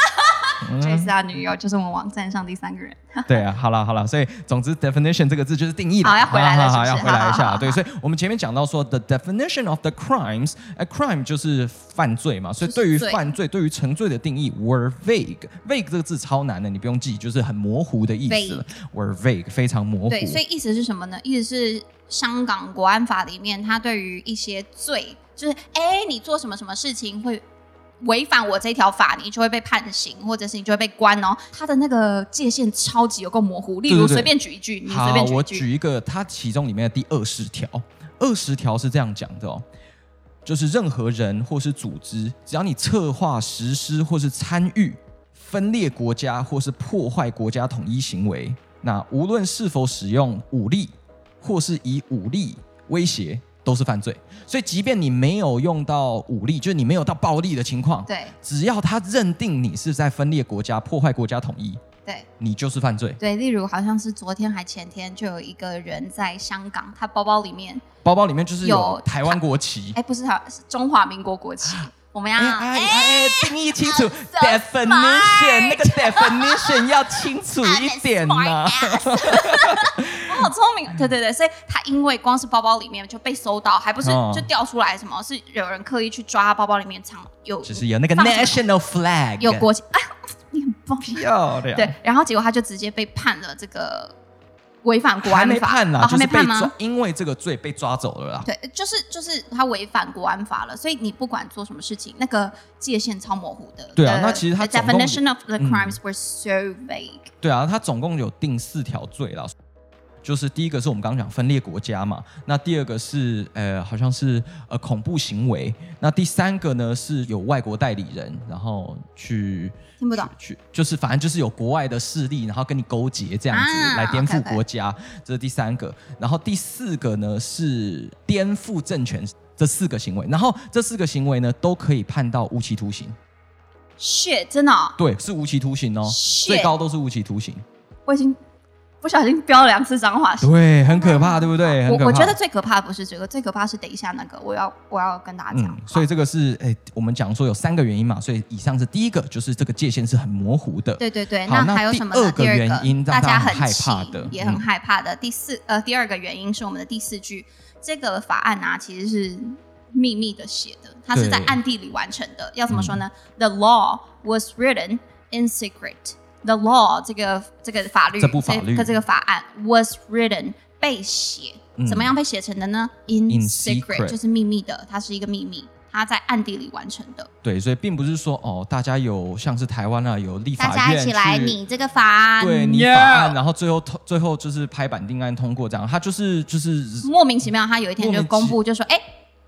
Speaker 2: Jace 他女友，就是我们网站上第三个人。
Speaker 1: 对啊，好了好了，所以总之 definition 这个字就是定义啦
Speaker 2: 好要回来了
Speaker 1: 好好好
Speaker 2: 是
Speaker 1: 要
Speaker 2: 不是
Speaker 1: 回来一
Speaker 2: 好好
Speaker 1: 下。
Speaker 2: 好
Speaker 1: 对，所以我们前面讲到说 the definition of the crimes，a crime 就是犯罪嘛，所以
Speaker 2: 就是
Speaker 1: 对于
Speaker 2: 罪
Speaker 1: 犯罪、对于成罪的定义 were vague。vague 这个字超难的，你不用记，就是很模糊的意思了。were vague 非常模糊。
Speaker 2: 对，所以意思是什么呢？意思是香港国安法里面，它对于一些罪，就是哎，你做什么什么事情会违反我这条法，你就会被判刑，或者是你就会被关哦。它的那个界限超级有够模糊。例
Speaker 1: 对
Speaker 2: 如，
Speaker 1: 对对
Speaker 2: 随便举一句，你随
Speaker 1: 好
Speaker 2: 便，
Speaker 1: 我
Speaker 2: 举一句，
Speaker 1: 举一个，它其中里面的第二十条，二十条是这样讲的哦，就是任何人或是组织，只要你策划、实施或是参与分裂国家或是破坏国家统一行为，那无论是否使用武力或是以武力威胁，都是犯罪。所以，即便你没有用到武力，就是你没有到暴力的情况，
Speaker 2: 对
Speaker 1: 只要他认定你是在分裂国家、破坏国家统一，
Speaker 2: 对。
Speaker 1: 你就是犯罪。
Speaker 2: 对，例如好像是昨天还前天，就有一个人在香港，他包包里面，
Speaker 1: 包包里面就是有
Speaker 2: 有
Speaker 1: 台湾国旗。
Speaker 2: 哎，不啊是他，是中华民国 国旗。我们要
Speaker 1: 哎哎哎，定义清楚
Speaker 2: smart
Speaker 1: definition，那个 definition 要清楚 一点啊呢、
Speaker 2: 我好聪明，啊
Speaker 1: 嗯
Speaker 2: 对对对，所以他因为光是包包里面就被搜到，还不是
Speaker 1: 哦
Speaker 2: 就掉出来什么，是有人刻意去抓他包包里面藏有，
Speaker 1: 就是有那个
Speaker 2: 放什么
Speaker 1: national flag，
Speaker 2: 有国旗，哎，你很棒，
Speaker 1: 漂亮，
Speaker 2: 对，，然后结果他就直接被判了这个违反国
Speaker 1: 还
Speaker 2: 安
Speaker 1: 没
Speaker 2: 法，
Speaker 1: 判啦、
Speaker 2: 哦，
Speaker 1: 就
Speaker 2: 还
Speaker 1: 是
Speaker 2: 没
Speaker 1: 被
Speaker 2: 判吗
Speaker 1: 抓？，因为这个罪被抓走了啦。
Speaker 2: 对，就是就是他违反国安法了，所以你不管做什么事情，那个界限超模糊的。
Speaker 1: 对啊
Speaker 2: The-
Speaker 1: 那其实它
Speaker 2: the
Speaker 1: 总共
Speaker 2: definition of the
Speaker 1: 嗯
Speaker 2: crimes were so vague。
Speaker 1: 对啊，它总共有定四条罪啦，就是第一个是我们刚刚讲分裂国家嘛，那第二个是呃好像是呃恐怖行为，那第三个呢是有外国代理人，然后去
Speaker 2: 听不懂
Speaker 1: 去去就是反正就是有国外的势力，然后跟你勾结这样子、
Speaker 2: 啊
Speaker 1: 来颠覆
Speaker 2: OK，OK
Speaker 1: 国家，这是第三个，然后第四个呢是颠覆政权。这四个行为，然后这四个行为呢，都可以判到无期徒刑。
Speaker 2: 哦 shit，真的哦、
Speaker 1: 对，是无期徒刑哦，
Speaker 2: Shit
Speaker 1: 最高都是无期徒刑。
Speaker 2: 我已经不小心飙两次脏话。
Speaker 1: 对，很可怕，对不对？很可怕
Speaker 2: 我我觉得最可怕的不是这个，最可怕是等一下那个，我要我要跟大家讲
Speaker 1: 嗯，。所以这个是诶、我们讲说有三个原因嘛，所以以上是第一个，就是这个界限是很模糊的。
Speaker 2: 对对对，
Speaker 1: 好那
Speaker 2: 还有
Speaker 1: 第
Speaker 2: 什么
Speaker 1: 二
Speaker 2: 呢？
Speaker 1: 个
Speaker 2: 第二
Speaker 1: 原因让大
Speaker 2: 大
Speaker 1: 家
Speaker 2: 家
Speaker 1: 很
Speaker 2: 很
Speaker 1: 害
Speaker 2: 气
Speaker 1: 怕的
Speaker 2: 也很
Speaker 1: 嗯
Speaker 2: 害怕的。第四呃，第二个原因是我们的第四句，这个法案啊其实是秘密的写的，它是在
Speaker 1: 对嗯
Speaker 2: 暗地里完成的。要怎么说呢、t h e law was written in secret. The law 这个这个法律，
Speaker 1: 这部法律
Speaker 2: 这个这个法案 was written 被写、怎么样被写成的呢？In,
Speaker 1: 嗯 In secret
Speaker 2: 就是秘密的，它是一个秘密，它在暗地里完成的。
Speaker 1: 对，所以并不是说哦，大家有像是台湾啊，有立
Speaker 2: 大
Speaker 1: 法
Speaker 2: 家一
Speaker 1: 院
Speaker 2: 起来
Speaker 1: 去
Speaker 2: 拟这个法案，
Speaker 1: 对拟
Speaker 2: No
Speaker 1: 法案，然后最后通最后就是拍板定案通过这样，他就是就是
Speaker 2: 莫名其妙，他有一天就公布，就说：“哎、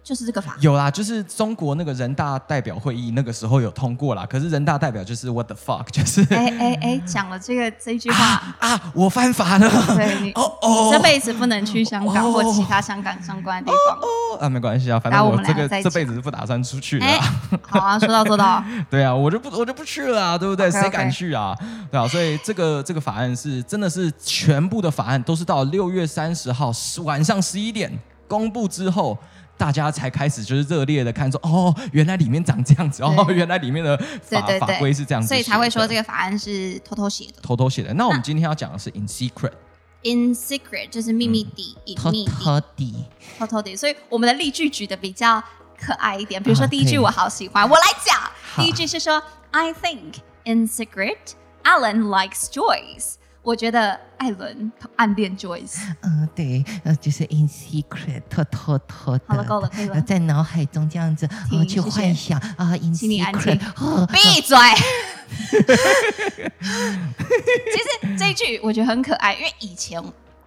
Speaker 2: 就是这个法。
Speaker 1: 有啦，就是中国那个人大代表会议那个时候有通过啦，可是人大代表就是 what the fuck，就是
Speaker 2: 哎哎哎，讲了这个这句话，
Speaker 1: 啊啊，我犯法了，
Speaker 2: 对你
Speaker 1: 哦哦，
Speaker 2: 这辈子不能去香港
Speaker 1: 哦
Speaker 2: 或其他香港相关的地方。
Speaker 1: 哦啊，没关系啊，反
Speaker 2: 那
Speaker 1: 正
Speaker 2: 我
Speaker 1: 我
Speaker 2: 们
Speaker 1: 这
Speaker 2: 俩
Speaker 1: 个
Speaker 2: 再
Speaker 1: 这辈子是不打算出去的、
Speaker 2: 哎
Speaker 1: 啊。，
Speaker 2: 好啊，说 到做到。
Speaker 1: 对啊，我就不我就不去了、啊，对不对
Speaker 2: OK，OK
Speaker 1: 谁敢去啊？对啊，所以这个这个法案是真的是全部的法案都是到六月三十号晚上十一点公布之后。大家才开始就是热烈的看说哦，原来里面长这样子哦，
Speaker 2: 对
Speaker 1: 原来里面的法
Speaker 2: 对对对
Speaker 1: 法规是这样子写
Speaker 2: 所
Speaker 1: 的，
Speaker 2: 以才会说这个法案是偷偷写的
Speaker 1: 偷偷写的。那我们今天要讲的是 in secret，
Speaker 2: ，in secret 就是秘密地、隐秘地、
Speaker 1: 地，
Speaker 2: 偷偷地。所以我们的例句举的比较可爱一点，比如说
Speaker 1: 啊
Speaker 2: 第一句
Speaker 1: 可以
Speaker 2: 我好喜欢，我来讲。
Speaker 1: 好
Speaker 2: 第一句是说，I think in secret Alan likes Joyce。我觉得艾伦暗恋 Joyce。
Speaker 3: 嗯，对，呃，就是 in secret，偷偷偷的，
Speaker 2: 好了够了可以了
Speaker 3: 呃在脑海中这样子
Speaker 2: 停
Speaker 3: 呃去
Speaker 2: 谢谢
Speaker 3: 幻想啊，in
Speaker 2: 请你安
Speaker 3: secret，
Speaker 2: 静
Speaker 3: 哦，
Speaker 2: 闭嘴！其实这一句我觉得很可爱，因为以前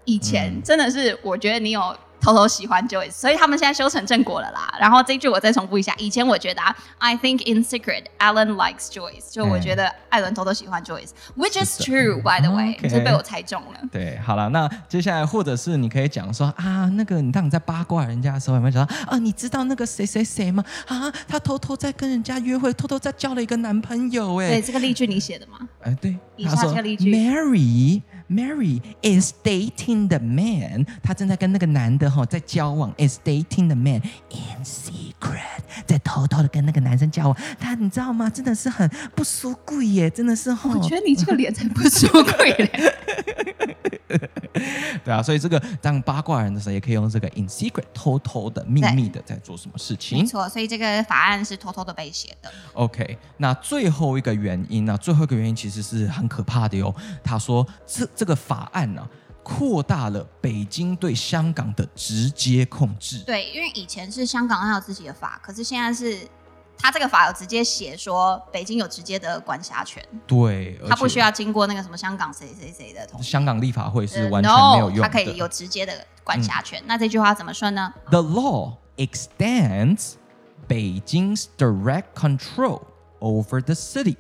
Speaker 2: 以前真的是，我觉得你有偷偷喜欢 Joyce，所以他们现在修成正果了啦。然后这一句我再重复一下，以前我觉得、啊、I think in secret Alan likes Joyce，就我觉得艾伦偷偷喜欢 Joyce，which is
Speaker 1: 是
Speaker 2: true by the way，
Speaker 1: 嗯 OK
Speaker 2: 这被我猜中了。
Speaker 1: 对，好了，那接下来或者是你可以讲说啊，那个你当你在八卦人家的时候，有没有想到啊？你知道那个谁谁谁吗？啊，他偷偷在跟人家约会，偷偷在交了一个男朋友
Speaker 2: 对，
Speaker 1: 哎，
Speaker 2: 这个例句你写的吗？
Speaker 1: 哎对，
Speaker 2: 以
Speaker 1: 他
Speaker 2: 下
Speaker 1: 说
Speaker 2: 这个例句
Speaker 1: Mary Mary is dating the man，她正在跟那个男的哈、在交往，is dating the man in secret，在偷偷的跟那个男生交往，他你知道吗？真的是很不输贵耶，真的是哈、
Speaker 2: 我觉得你这个脸才不是贵嘞。
Speaker 1: 对啊，所以这个当八卦人的时候，也可以用这个 in secret 偷偷的、秘密的在做什么事
Speaker 2: 没
Speaker 1: 情。
Speaker 2: 错，所以这个法案是偷偷的被写的。
Speaker 1: OK，那最后一个原因呢、最后一个原因其实是很可怕的哟。他说这这个法案呢、扩大了北京对香港的直接控制。
Speaker 2: 对，因为以前是香港它有自己的法，可是现在是它这个法有直接写说北京有直接的管辖权，
Speaker 1: 对，而
Speaker 2: 它呃不
Speaker 1: 且
Speaker 2: 需要经过那个什么香港谁谁谁的同意。
Speaker 1: 香港立法会是
Speaker 2: 呃
Speaker 1: 完全没有
Speaker 2: no，
Speaker 1: 用的。嗯
Speaker 2: 它可以有直接的管辖权。那这句话怎么说呢？
Speaker 1: The law extends Beijing's direct control over the city。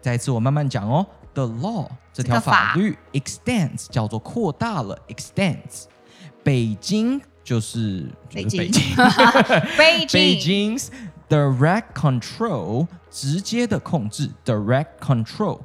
Speaker 1: 再一次，我慢慢讲哦。The law 这条法律 extends 叫做扩大了，extends 北京就是就是北
Speaker 2: 北京
Speaker 1: 京 北
Speaker 2: 北京，
Speaker 1: 京 's direct control 直接的控制 direct control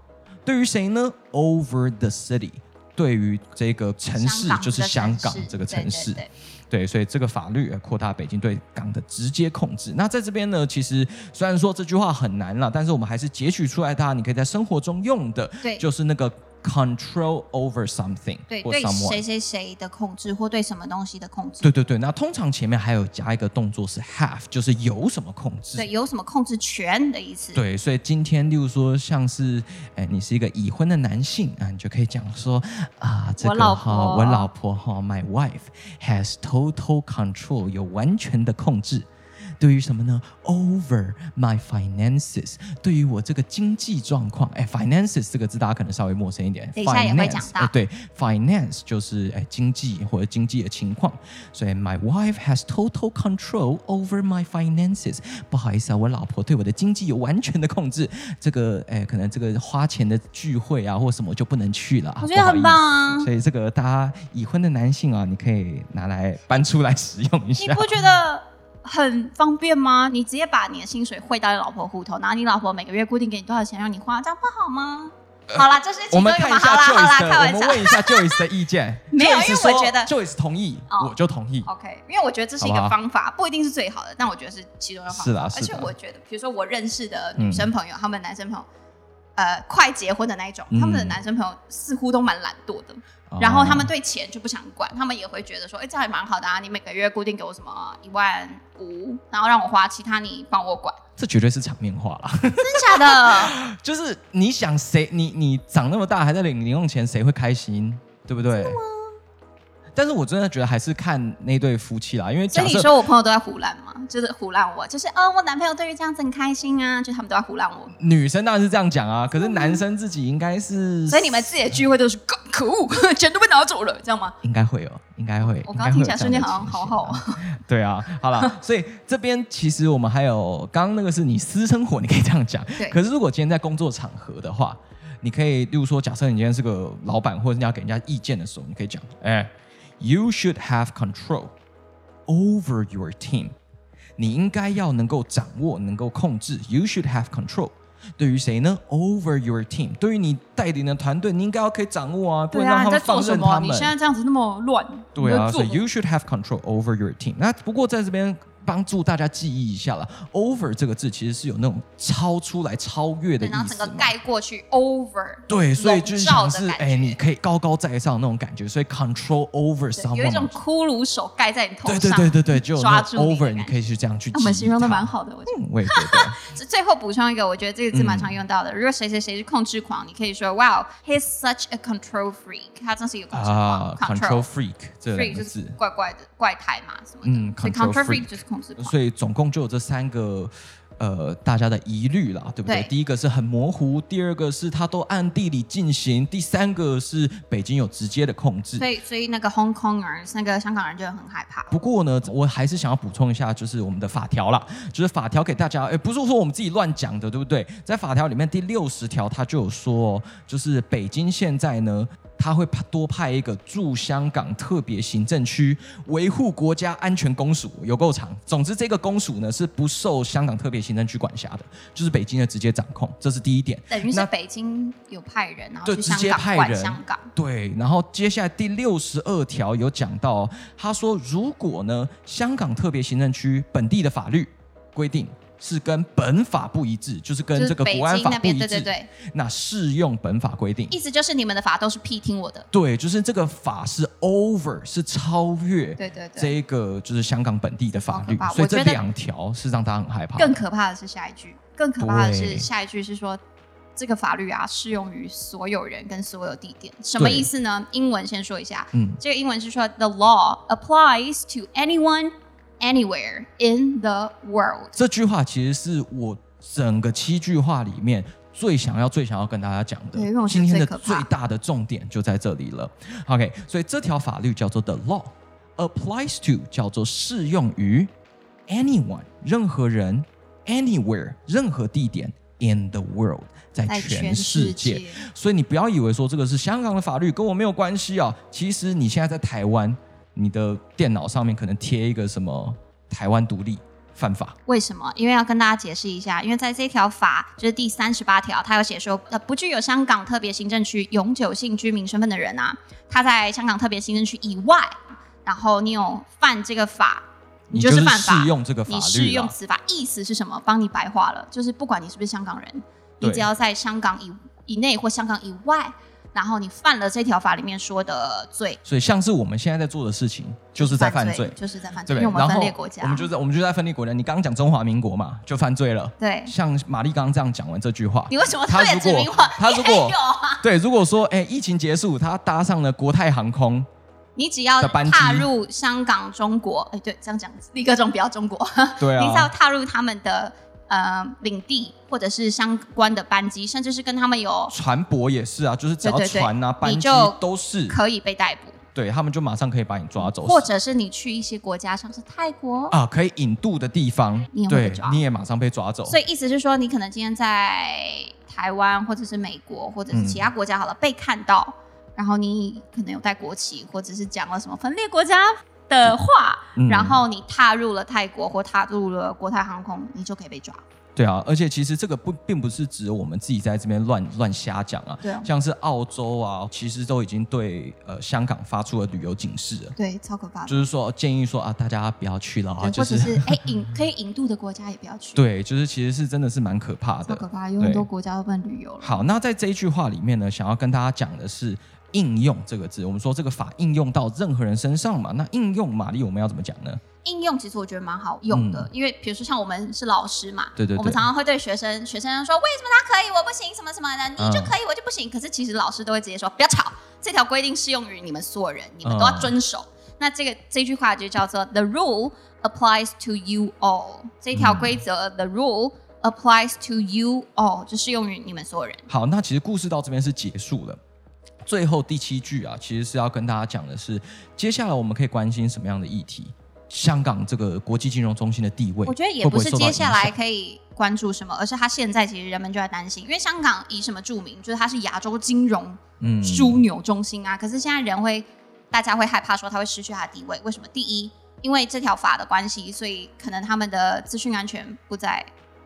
Speaker 1: 对于谁呢？Over the city 对于这个城市
Speaker 2: 香港
Speaker 1: 就是
Speaker 2: 这个
Speaker 1: 香港
Speaker 2: 城市
Speaker 1: 这个城市
Speaker 2: 对对对
Speaker 1: 对，所以这个法律呃扩大北京对港的直接控制。那在这边呢，其实虽然说这句话很难了，但是我们还是截取出来它，你可以在生活中用的，
Speaker 2: 对
Speaker 1: 就是那个 control over something
Speaker 2: 对
Speaker 1: 或
Speaker 2: 对
Speaker 1: someone
Speaker 2: 谁。谁谁的控制，或对什么东西的控制，
Speaker 1: 对对对，那通常前面还有加一个动作是 have，就是有什么控制。
Speaker 2: 对有什么控制权的意思。
Speaker 1: 对，所以今天，例如说，像是，哎，你是一个已婚的男性啊，你就可以讲说，啊，这
Speaker 2: 我
Speaker 1: 个
Speaker 2: 老
Speaker 1: 哈、
Speaker 2: 婆
Speaker 1: 我老婆哈、m y wife has total control，有完全的控制。对于什么呢？Over my finances，对于我这个经济状况，哎，finances 这个字大家可能稍微陌生一点。
Speaker 2: 等一下也会讲
Speaker 1: Finance，
Speaker 2: 到
Speaker 1: 哎对，finance 就是哎经济或者经济的情况。所以 my wife has total control over my finances。不好意思啊，我老婆对我的经济有完全的控制。这个哎，可能这个花钱的聚会啊或什么就不能去了啊。
Speaker 2: 我觉得
Speaker 1: 不好意
Speaker 2: 很
Speaker 1: 思
Speaker 2: 棒啊
Speaker 1: 所以这个大家已婚的男性啊，你可以拿来搬出来使用一
Speaker 2: 你
Speaker 1: 下。
Speaker 2: 不觉得很方便吗？你直接把你的薪水汇到你老婆户头，然后你老婆每个月固定给你多少钱让你花，这样不好吗？好啦，这是其
Speaker 1: 呃我
Speaker 2: 中一
Speaker 1: 们
Speaker 2: 个
Speaker 1: 看
Speaker 2: 嘛。
Speaker 1: 一
Speaker 2: 好
Speaker 1: 下 Joyce
Speaker 2: 啦，好啦，开
Speaker 1: 的，
Speaker 2: 玩
Speaker 1: 我
Speaker 2: 笑
Speaker 1: 们。问一下 Joyce 的意见。
Speaker 2: 没有
Speaker 1: Joyce
Speaker 2: 因为我
Speaker 1: 说
Speaker 2: 觉得
Speaker 1: Joyce 同意，
Speaker 2: 哦
Speaker 1: 我就同意。
Speaker 2: OK，因为我觉得这是一
Speaker 1: 好
Speaker 2: 个
Speaker 1: 不好
Speaker 2: 方法，不一定是最好的，但我觉得是其中一个方法。
Speaker 1: 是啦
Speaker 2: 而
Speaker 1: 是
Speaker 2: 且
Speaker 1: 啦
Speaker 2: 我觉得，比如说我认识的女生朋友，她们男生朋友，呃，快结婚的那一种，
Speaker 1: 嗯
Speaker 2: 她们的男生朋友似乎都蛮懒惰的，
Speaker 1: 哦
Speaker 2: 然后他们对钱就不想管，他们也会觉得说，哎、这样也蛮好的啊，你每个月固定给我什么一万五，然后让我花，其他你帮我管，
Speaker 1: 这绝对是场面话啦。
Speaker 2: 真假 的？
Speaker 1: 就是你想谁，你你长那么大还在领零用钱，谁会开心？对不对？但是我真的觉得还是看那对夫妻啦，因为
Speaker 2: 所
Speaker 1: 假
Speaker 2: 以你
Speaker 1: 设
Speaker 2: 说我朋友都在胡乱吗？就是胡乱我，就是呃，我男朋友对于这样子很开心啊，就他们都在胡乱我。
Speaker 1: 女生当然是这样讲啊，可是男生自己应该是，
Speaker 2: 嗯所以你们自己的聚会都是可可恶， 钱都被拿走了，这样吗？
Speaker 1: 应该会有，应该会。
Speaker 2: 我
Speaker 1: 应该
Speaker 2: 刚
Speaker 1: 会
Speaker 2: 听
Speaker 1: 有
Speaker 2: 起来
Speaker 1: 这
Speaker 2: 瞬
Speaker 1: 样
Speaker 2: 间
Speaker 1: 的
Speaker 2: 好像
Speaker 1: 情
Speaker 2: 好
Speaker 1: 形
Speaker 2: 好
Speaker 1: 啊
Speaker 2: 啊。
Speaker 1: 对啊，好 了，所以这边其实我们还有刚刚那个是你私生活，你可以这样讲
Speaker 2: 对。
Speaker 1: 可是如果今天在工作场合的话，你可以，例如说，假设你今天是个老板，或者你要给人家意见的时候，你可以讲，哎，You should have control over your team。你应该要能够掌握、能够控制。You should have control。对于谁呢？Over your team，对于你带领的团队，你应该要可以掌握啊，不
Speaker 2: 对
Speaker 1: 能让他
Speaker 2: 啊，你在
Speaker 1: 们
Speaker 2: 做
Speaker 1: 放
Speaker 2: 什
Speaker 1: 任
Speaker 2: 么？
Speaker 1: 他们。
Speaker 2: 你现在这样子那么乱，
Speaker 1: 对啊，
Speaker 2: 你在
Speaker 1: 所
Speaker 2: 做
Speaker 1: 以 you should have control over your team。那不过在这边帮助大家记忆一下啦 o v e r 这个字其实是有那种超出来、超越的
Speaker 2: 对
Speaker 1: 意
Speaker 2: 然后
Speaker 1: 思
Speaker 2: 整
Speaker 1: 嘛
Speaker 2: 个盖过去，over，
Speaker 1: 对，所以就是想
Speaker 2: 笼罩
Speaker 1: 是
Speaker 2: 的感觉
Speaker 1: 哎、你可以高高在上那种感觉，所以 control over
Speaker 2: 对有一
Speaker 1: someone
Speaker 2: 种
Speaker 1: 嘛。
Speaker 2: 骷髅手盖在你头
Speaker 1: 对
Speaker 2: 上。
Speaker 1: 对对对对，就有那
Speaker 2: 抓
Speaker 1: 种
Speaker 2: 住你的
Speaker 1: over，
Speaker 2: 感
Speaker 1: 你
Speaker 2: 觉
Speaker 1: 可以去这样去记忆它。
Speaker 2: 那我们形容的蛮好的，我觉得。
Speaker 1: 嗯， 我也觉得。
Speaker 2: 最最后补充一个，我觉得这个字蛮常用到的。
Speaker 1: 嗯
Speaker 2: 如果谁谁谁是控制狂，你可以说 Wow, he's such a control freak，他真是一个控制狂。
Speaker 1: 啊，control freak 这两
Speaker 2: freak
Speaker 1: 个
Speaker 2: 就是
Speaker 1: 字，
Speaker 2: 怪怪的怪胎嘛什么的。
Speaker 1: 嗯
Speaker 2: 所以
Speaker 1: ，control
Speaker 2: control
Speaker 1: freak
Speaker 2: freak 就是控制狂。
Speaker 1: 所以总共就有这三个呃大家的疑虑啦，对不对？
Speaker 2: 对
Speaker 1: 第一个是很模糊，第二个是它都按地理进行，第三个是北京有直接的控制
Speaker 2: 所。以所以那个 Hong Kong 人，那个香港人就很害怕。
Speaker 1: 不过呢，我还是想要补充一下，就是我们的法条啦，就是法条给大家，哎，不是说我们自己乱讲的，对不对？在法条里面第六十条，它就有说、哦，就是北京现在呢，它会派多派一个驻香港特别行政区维护国家安全公署，有够长。总之，这个公署呢是不受香港特别行政区管辖的，就是北京的直接掌控，这是第一点。
Speaker 2: 等于是
Speaker 1: 那
Speaker 2: 北京有派人，然后
Speaker 1: 对
Speaker 2: 去
Speaker 1: 直
Speaker 2: 香
Speaker 1: 接派
Speaker 2: 港管
Speaker 1: 人
Speaker 2: 香港。
Speaker 1: 对，然后接下来第六十二条有讲到哦，他说如果呢香港特别行政区本地的法律规定是跟本法不一致，就是跟
Speaker 2: 就
Speaker 1: 这
Speaker 2: 是
Speaker 1: 个
Speaker 2: 北
Speaker 1: 国安
Speaker 2: 京
Speaker 1: 法
Speaker 2: 那
Speaker 1: 不一
Speaker 2: 边，
Speaker 1: 致，
Speaker 2: 对对对，
Speaker 1: 那适用本法规定。
Speaker 2: 意思就是你们的法都是屁听我的，
Speaker 1: 对，就是这个法是 over，是超越
Speaker 2: 对对对。
Speaker 1: 这个就是香港本地的法
Speaker 2: 好可
Speaker 1: 律
Speaker 2: 怕，
Speaker 1: 所以
Speaker 2: 我觉
Speaker 1: 这
Speaker 2: 得
Speaker 1: 两条是让大家很害怕的。
Speaker 2: 更可怕的是下一句，更可怕的
Speaker 1: 对
Speaker 2: 是下一句是说，这个法律啊适用于所有人跟所有地点，什么
Speaker 1: 对
Speaker 2: 意思呢？英文先说一下，
Speaker 1: 嗯
Speaker 2: 这个英文是说 the law applies to anyone anywhere in the world。
Speaker 1: 这句话其实是我整个七句话里面最想要、最想要跟大家讲的
Speaker 2: 对因为我。觉
Speaker 1: 今
Speaker 2: 得
Speaker 1: 天的
Speaker 2: 最可
Speaker 1: 最
Speaker 2: 怕
Speaker 1: 大的重点就在这里了。OK，所以这条法律叫做 The Law applies to，叫做适用于 anyone 任何人，anywhere 任何地点 in the world 在
Speaker 2: 在
Speaker 1: 全
Speaker 2: 全世
Speaker 1: 世
Speaker 2: 界
Speaker 1: 界。，所以你不要以为说这个是香港的法律跟我没有关系啊，其实你现在在台湾，你的电脑上面可能贴一个什么台湾独立犯法。
Speaker 2: 为什么？因为要跟大家解释一下，因为在这条法就是第三十八条，它有写说，呃，不具有香港特别行政区永久性居民身份的人啊，他在香港特别行政区以外，然后你有犯这个法，
Speaker 1: 你
Speaker 2: 就
Speaker 1: 就是
Speaker 2: 犯法，
Speaker 1: 适用这个法律
Speaker 2: 你
Speaker 1: 啦
Speaker 2: 适用此法，意思是什么？帮你白话了，就是不管你是不是香港人，
Speaker 1: 对
Speaker 2: 你只要在香港以以内或香港以外，然后你犯了这条法里面说的罪，
Speaker 1: 所以像是我们现在在做的事情，就是在犯罪，
Speaker 2: 就是在犯罪，
Speaker 1: 对不对？然
Speaker 2: 因为我
Speaker 1: 后
Speaker 2: 们分裂国家，
Speaker 1: 我们就在我们就在分裂国家。你刚刚讲中华民国嘛，就犯罪了。
Speaker 2: 对。
Speaker 1: 像玛丽刚刚这样讲完这句话
Speaker 2: 你，为什么特
Speaker 1: 他
Speaker 2: 别
Speaker 1: 如
Speaker 2: 指
Speaker 1: 果
Speaker 2: 明我？
Speaker 1: 他如果
Speaker 2: 你还有啊
Speaker 1: 对，如果说哎、疫情结束，他搭上了国泰航空，
Speaker 2: 你只要
Speaker 1: 的班机
Speaker 2: 踏入香港、中国，哎，对，这样讲，立刻中不要中国，
Speaker 1: 对
Speaker 2: 你只要
Speaker 1: 啊，
Speaker 2: 踏入他们的呃领地或者是相关的班机，甚至是跟他们有
Speaker 1: 船舶也是啊，就是只要
Speaker 2: 对对对
Speaker 1: 船啊、
Speaker 2: 你
Speaker 1: 班机
Speaker 2: 就
Speaker 1: 都是，
Speaker 2: 可以被逮捕，
Speaker 1: 对他们就马上可以把你抓走，
Speaker 2: 或者是你去一些国家，像是泰国。
Speaker 1: 啊可以引渡的地方
Speaker 2: 你也，会被
Speaker 1: 对
Speaker 2: 抓，
Speaker 1: 你也马上被抓走。
Speaker 2: 所以意思是说，你可能今天在台湾或者是美国或者是
Speaker 1: 嗯
Speaker 2: 其他国家好了、被看到，然后你可能有带国旗或者是讲了什么分裂国家的话，
Speaker 1: 嗯
Speaker 2: 然后你踏入了泰国或踏入了国泰航空，你就可以被抓。
Speaker 1: 对啊，而且其实这个不并不是指我们自己在这边乱乱瞎讲啊，
Speaker 2: 对啊
Speaker 1: 像是澳洲啊，其实都已经对呃香港发出了旅游警示了，
Speaker 2: 对，超可怕的。
Speaker 1: 就是说建议说啊大家不要去了啊，
Speaker 2: 对，
Speaker 1: 就
Speaker 2: 或者
Speaker 1: 是
Speaker 2: 是哎引可以引渡的国家也不要去，，
Speaker 1: 对，就是其实是真的是蛮可怕
Speaker 2: 超
Speaker 1: 的
Speaker 2: 可。怕，有很多
Speaker 1: 对
Speaker 2: 国家都不能旅游了。
Speaker 1: 好，那在这一句话里面呢，想要跟大家讲的是应用这个字，我们说这个法应用到任何人身上嘛，那应用玛丽我们要怎么讲呢？
Speaker 2: 应用其实我觉得蛮好用的，
Speaker 1: 嗯
Speaker 2: 因为比如说像我们是老师嘛，
Speaker 1: 对对对
Speaker 2: 我们常常会对学生
Speaker 1: 嗯
Speaker 2: 学生说为什么他可以我不行什么什么的，你就可以我就不行，可是其实老师都会直接说不要吵，这条规定适用于你们所有人，你们都要遵守。
Speaker 1: 嗯
Speaker 2: 那这个这句话就叫做 The rule applies to you all。这条规则、The
Speaker 1: 嗯
Speaker 2: rule applies to you all，就适用于你们所有人。
Speaker 1: 好，那其实故事到这边是结束了。最后第七句啊，其实是要跟大家讲的是，接下来我们可以关心什么样的议题？香港这个国际金融中心的地位，
Speaker 2: 我觉得也
Speaker 1: 会不
Speaker 2: 不
Speaker 1: 会
Speaker 2: 是
Speaker 1: 受到
Speaker 2: 接
Speaker 1: 影
Speaker 2: 下来
Speaker 1: 响
Speaker 2: 可以关注什么，而是他现在其实人们就在担心，因为香港以什么著名，就是它是亚洲金融
Speaker 1: 嗯
Speaker 2: 枢纽中心啊。可是现在人会，大家会害怕说它会失去它的地位，为什么？第一，因为这条法的关系，所以可能他们的资讯安全不在，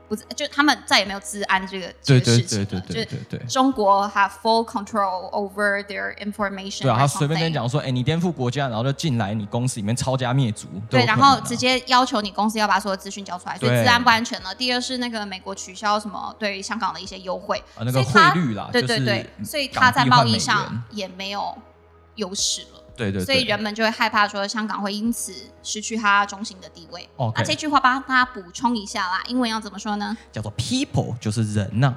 Speaker 2: 不在就他们再也没有治安这个
Speaker 1: 对
Speaker 2: 这个
Speaker 1: 对
Speaker 2: 事情
Speaker 1: 对
Speaker 2: 了。
Speaker 1: 对对
Speaker 2: 就是
Speaker 1: 对对。
Speaker 2: 中国 have full control over their information。
Speaker 1: 对啊，他随便跟你。讲说，哎、你颠覆国家，然后就进来你公司里面抄家灭族，都
Speaker 2: 对，
Speaker 1: 有可
Speaker 2: 然
Speaker 1: 能啊
Speaker 2: 后直接要求你公司要把所有资讯交出来，所以
Speaker 1: 对
Speaker 2: 治安不安全了。第二是那个美国取消什么对香港的一些优惠，
Speaker 1: 啊那
Speaker 2: 所
Speaker 1: 个
Speaker 2: 以它
Speaker 1: 汇率啦，
Speaker 2: 对对对，
Speaker 1: 就是嗯
Speaker 2: 所以它在
Speaker 1: 港币换
Speaker 2: 贸易
Speaker 1: 美
Speaker 2: 上
Speaker 1: 元
Speaker 2: 也没有优势了，
Speaker 1: 对对对，
Speaker 2: 所以人们就会害怕说香港会因此失去它中心的地位。
Speaker 1: OK
Speaker 2: 那这句话帮大家补充一下啦，英文要怎么说呢？
Speaker 1: 叫做 people 就是人呐、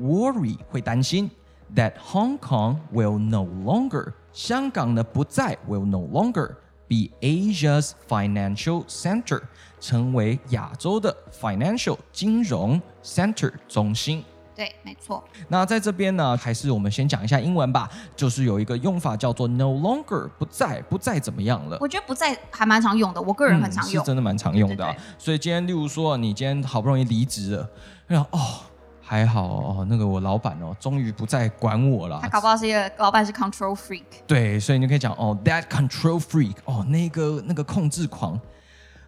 Speaker 1: worry 会担心 that Hong Kong will no longer 香港呢不再 will no longer be Asia's financial center 成为亚洲的 financial 金融 center 中心。
Speaker 2: 对，没错，
Speaker 1: 那在这边呢，还是我们先讲一下英文吧，就是有一个用法叫做 no longer 不再不再怎么样了。
Speaker 2: 呃我觉得不在还蛮常用的，我个人很常
Speaker 1: 嗯、
Speaker 2: 用
Speaker 1: 是。真的蛮常用的啊、
Speaker 2: 对对
Speaker 1: 所以今天，例如说，你今天好不容易离职了，然后哦，还好哦，那个我老板哦，终于不再管我了
Speaker 2: 他。搞不好是一个老板是 control freak，
Speaker 1: 对，所以你就可以讲哦，that control freak，哦，那个那个控制狂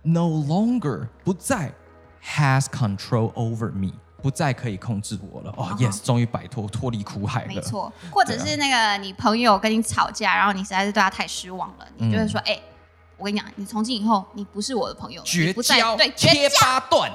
Speaker 1: ，no longer 不再 has control over me，不再可以控制我了。哦、
Speaker 2: 啊
Speaker 1: y e s 终于摆脱脱离苦海了。
Speaker 2: 没错，
Speaker 1: 啊
Speaker 2: 或者是那个你朋友跟你吵架，然后你实在是对他太失望了，
Speaker 1: 嗯
Speaker 2: 你就会说：“哎、我跟你讲，你从今以后你不是我的朋友，
Speaker 1: 绝
Speaker 2: 你不再
Speaker 1: 交，
Speaker 2: 对绝
Speaker 1: 切
Speaker 2: 交。
Speaker 1: 八 段，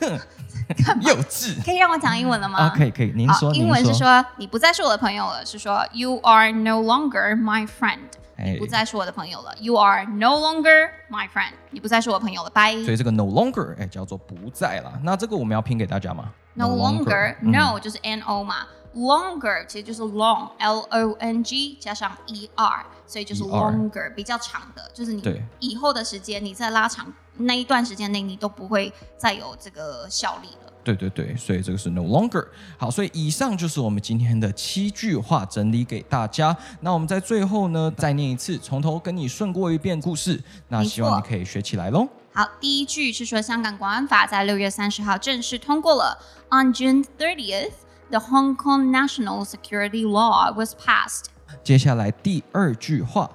Speaker 1: 哼， 幼稚”
Speaker 2: 可以让我讲英文了吗？
Speaker 1: 啊，可以可以，您
Speaker 2: 好，
Speaker 1: 说，
Speaker 2: 英
Speaker 1: 您
Speaker 2: 文是说你不再是我的朋友了，是说 You are no longer my friend，
Speaker 1: 哎
Speaker 2: 你不再是我的朋友了。You are no longer my friend，你不再是我朋友了。拜。
Speaker 1: 所以这个 no longer 哎叫做不在啦。那这个我们要拼给大家吗
Speaker 2: No longer
Speaker 1: 嗯
Speaker 2: no 就是 n o 嘛，longer 其实就是 long l o n g 加上 e r，所以就是
Speaker 1: ER
Speaker 2: longer 比较长的，就是你
Speaker 1: 对
Speaker 2: 以后的时间你在拉长那一段时间内，你都不会再有这个效力了。
Speaker 1: 对对对，所以这个是 no longer。好，所以以上就是我们今天的七句话整理给大家。那我们在最后呢，再念一次，从头跟你顺过一遍故事。那
Speaker 2: 没
Speaker 1: 希望你
Speaker 2: 错
Speaker 1: 可以学起来喽。
Speaker 2: 好，第一句是说香港国安法在六月三十号正式通过了。On June 30th, the Hong Kong National Security Law was passed.
Speaker 1: 接下来第二句话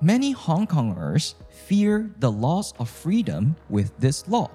Speaker 1: ，Many Hong Kongers fear the loss of freedom with this law。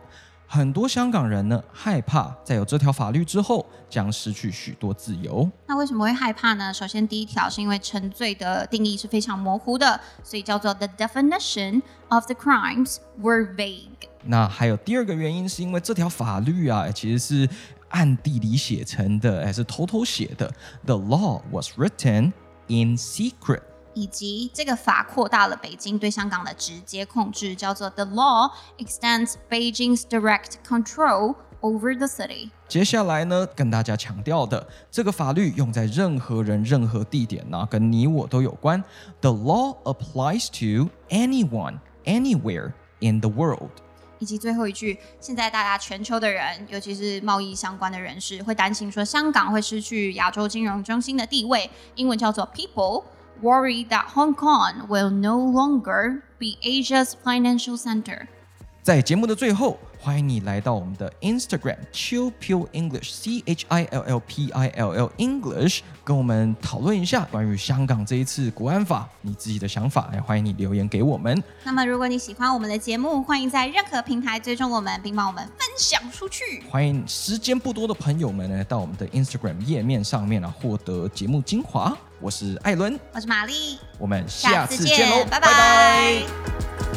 Speaker 1: 很多香港人呢害怕，在有这条法律之后，将失去许多自由。
Speaker 2: 那为什么会害怕呢？首先，第一条是因为沉醉的定义是非常模糊的，所以叫做 the definition of the crimes were vague。
Speaker 1: 那还有第二个原因，是因为这条法律啊，其实是暗地里写成的，哎，是偷偷写的。The law was written in secret。
Speaker 2: 以及这个法扩大了北京对香港的直接控制，叫做 The law extends Beijing's direct control over the city。
Speaker 1: 接下来呢，跟大家强调的，这个法律用在任何人、任何地点呢、啊跟你我都有关。The law applies to anyone, anywhere in the world。
Speaker 2: 以及最后一句，现在大家全球的人，尤其是贸易相关的人士，会担心说香港会失去亚洲金融中心的地位，英文叫做 People worry that Hong Kong will no longer be Asia's financial center。
Speaker 1: 在节目的最后，欢迎你来到我们的 Instagram Chill Pill English C H I L L P I L L English，跟我们讨论一下关于香港这一次国安法你自己的想法，也欢迎你留言给我们。
Speaker 2: 那么，如果你喜欢我们的节目，欢迎在任何平台追踪我们，并帮我们分享出去。
Speaker 1: 欢迎时间不多的朋友们呢，到我们的 Instagram 页面上面啊，获得节目精华。我是艾伦，
Speaker 2: 我是玛丽，
Speaker 1: 我们
Speaker 2: 下
Speaker 1: 下
Speaker 2: 次
Speaker 1: 次
Speaker 2: 见
Speaker 1: 见喽，，
Speaker 2: 拜拜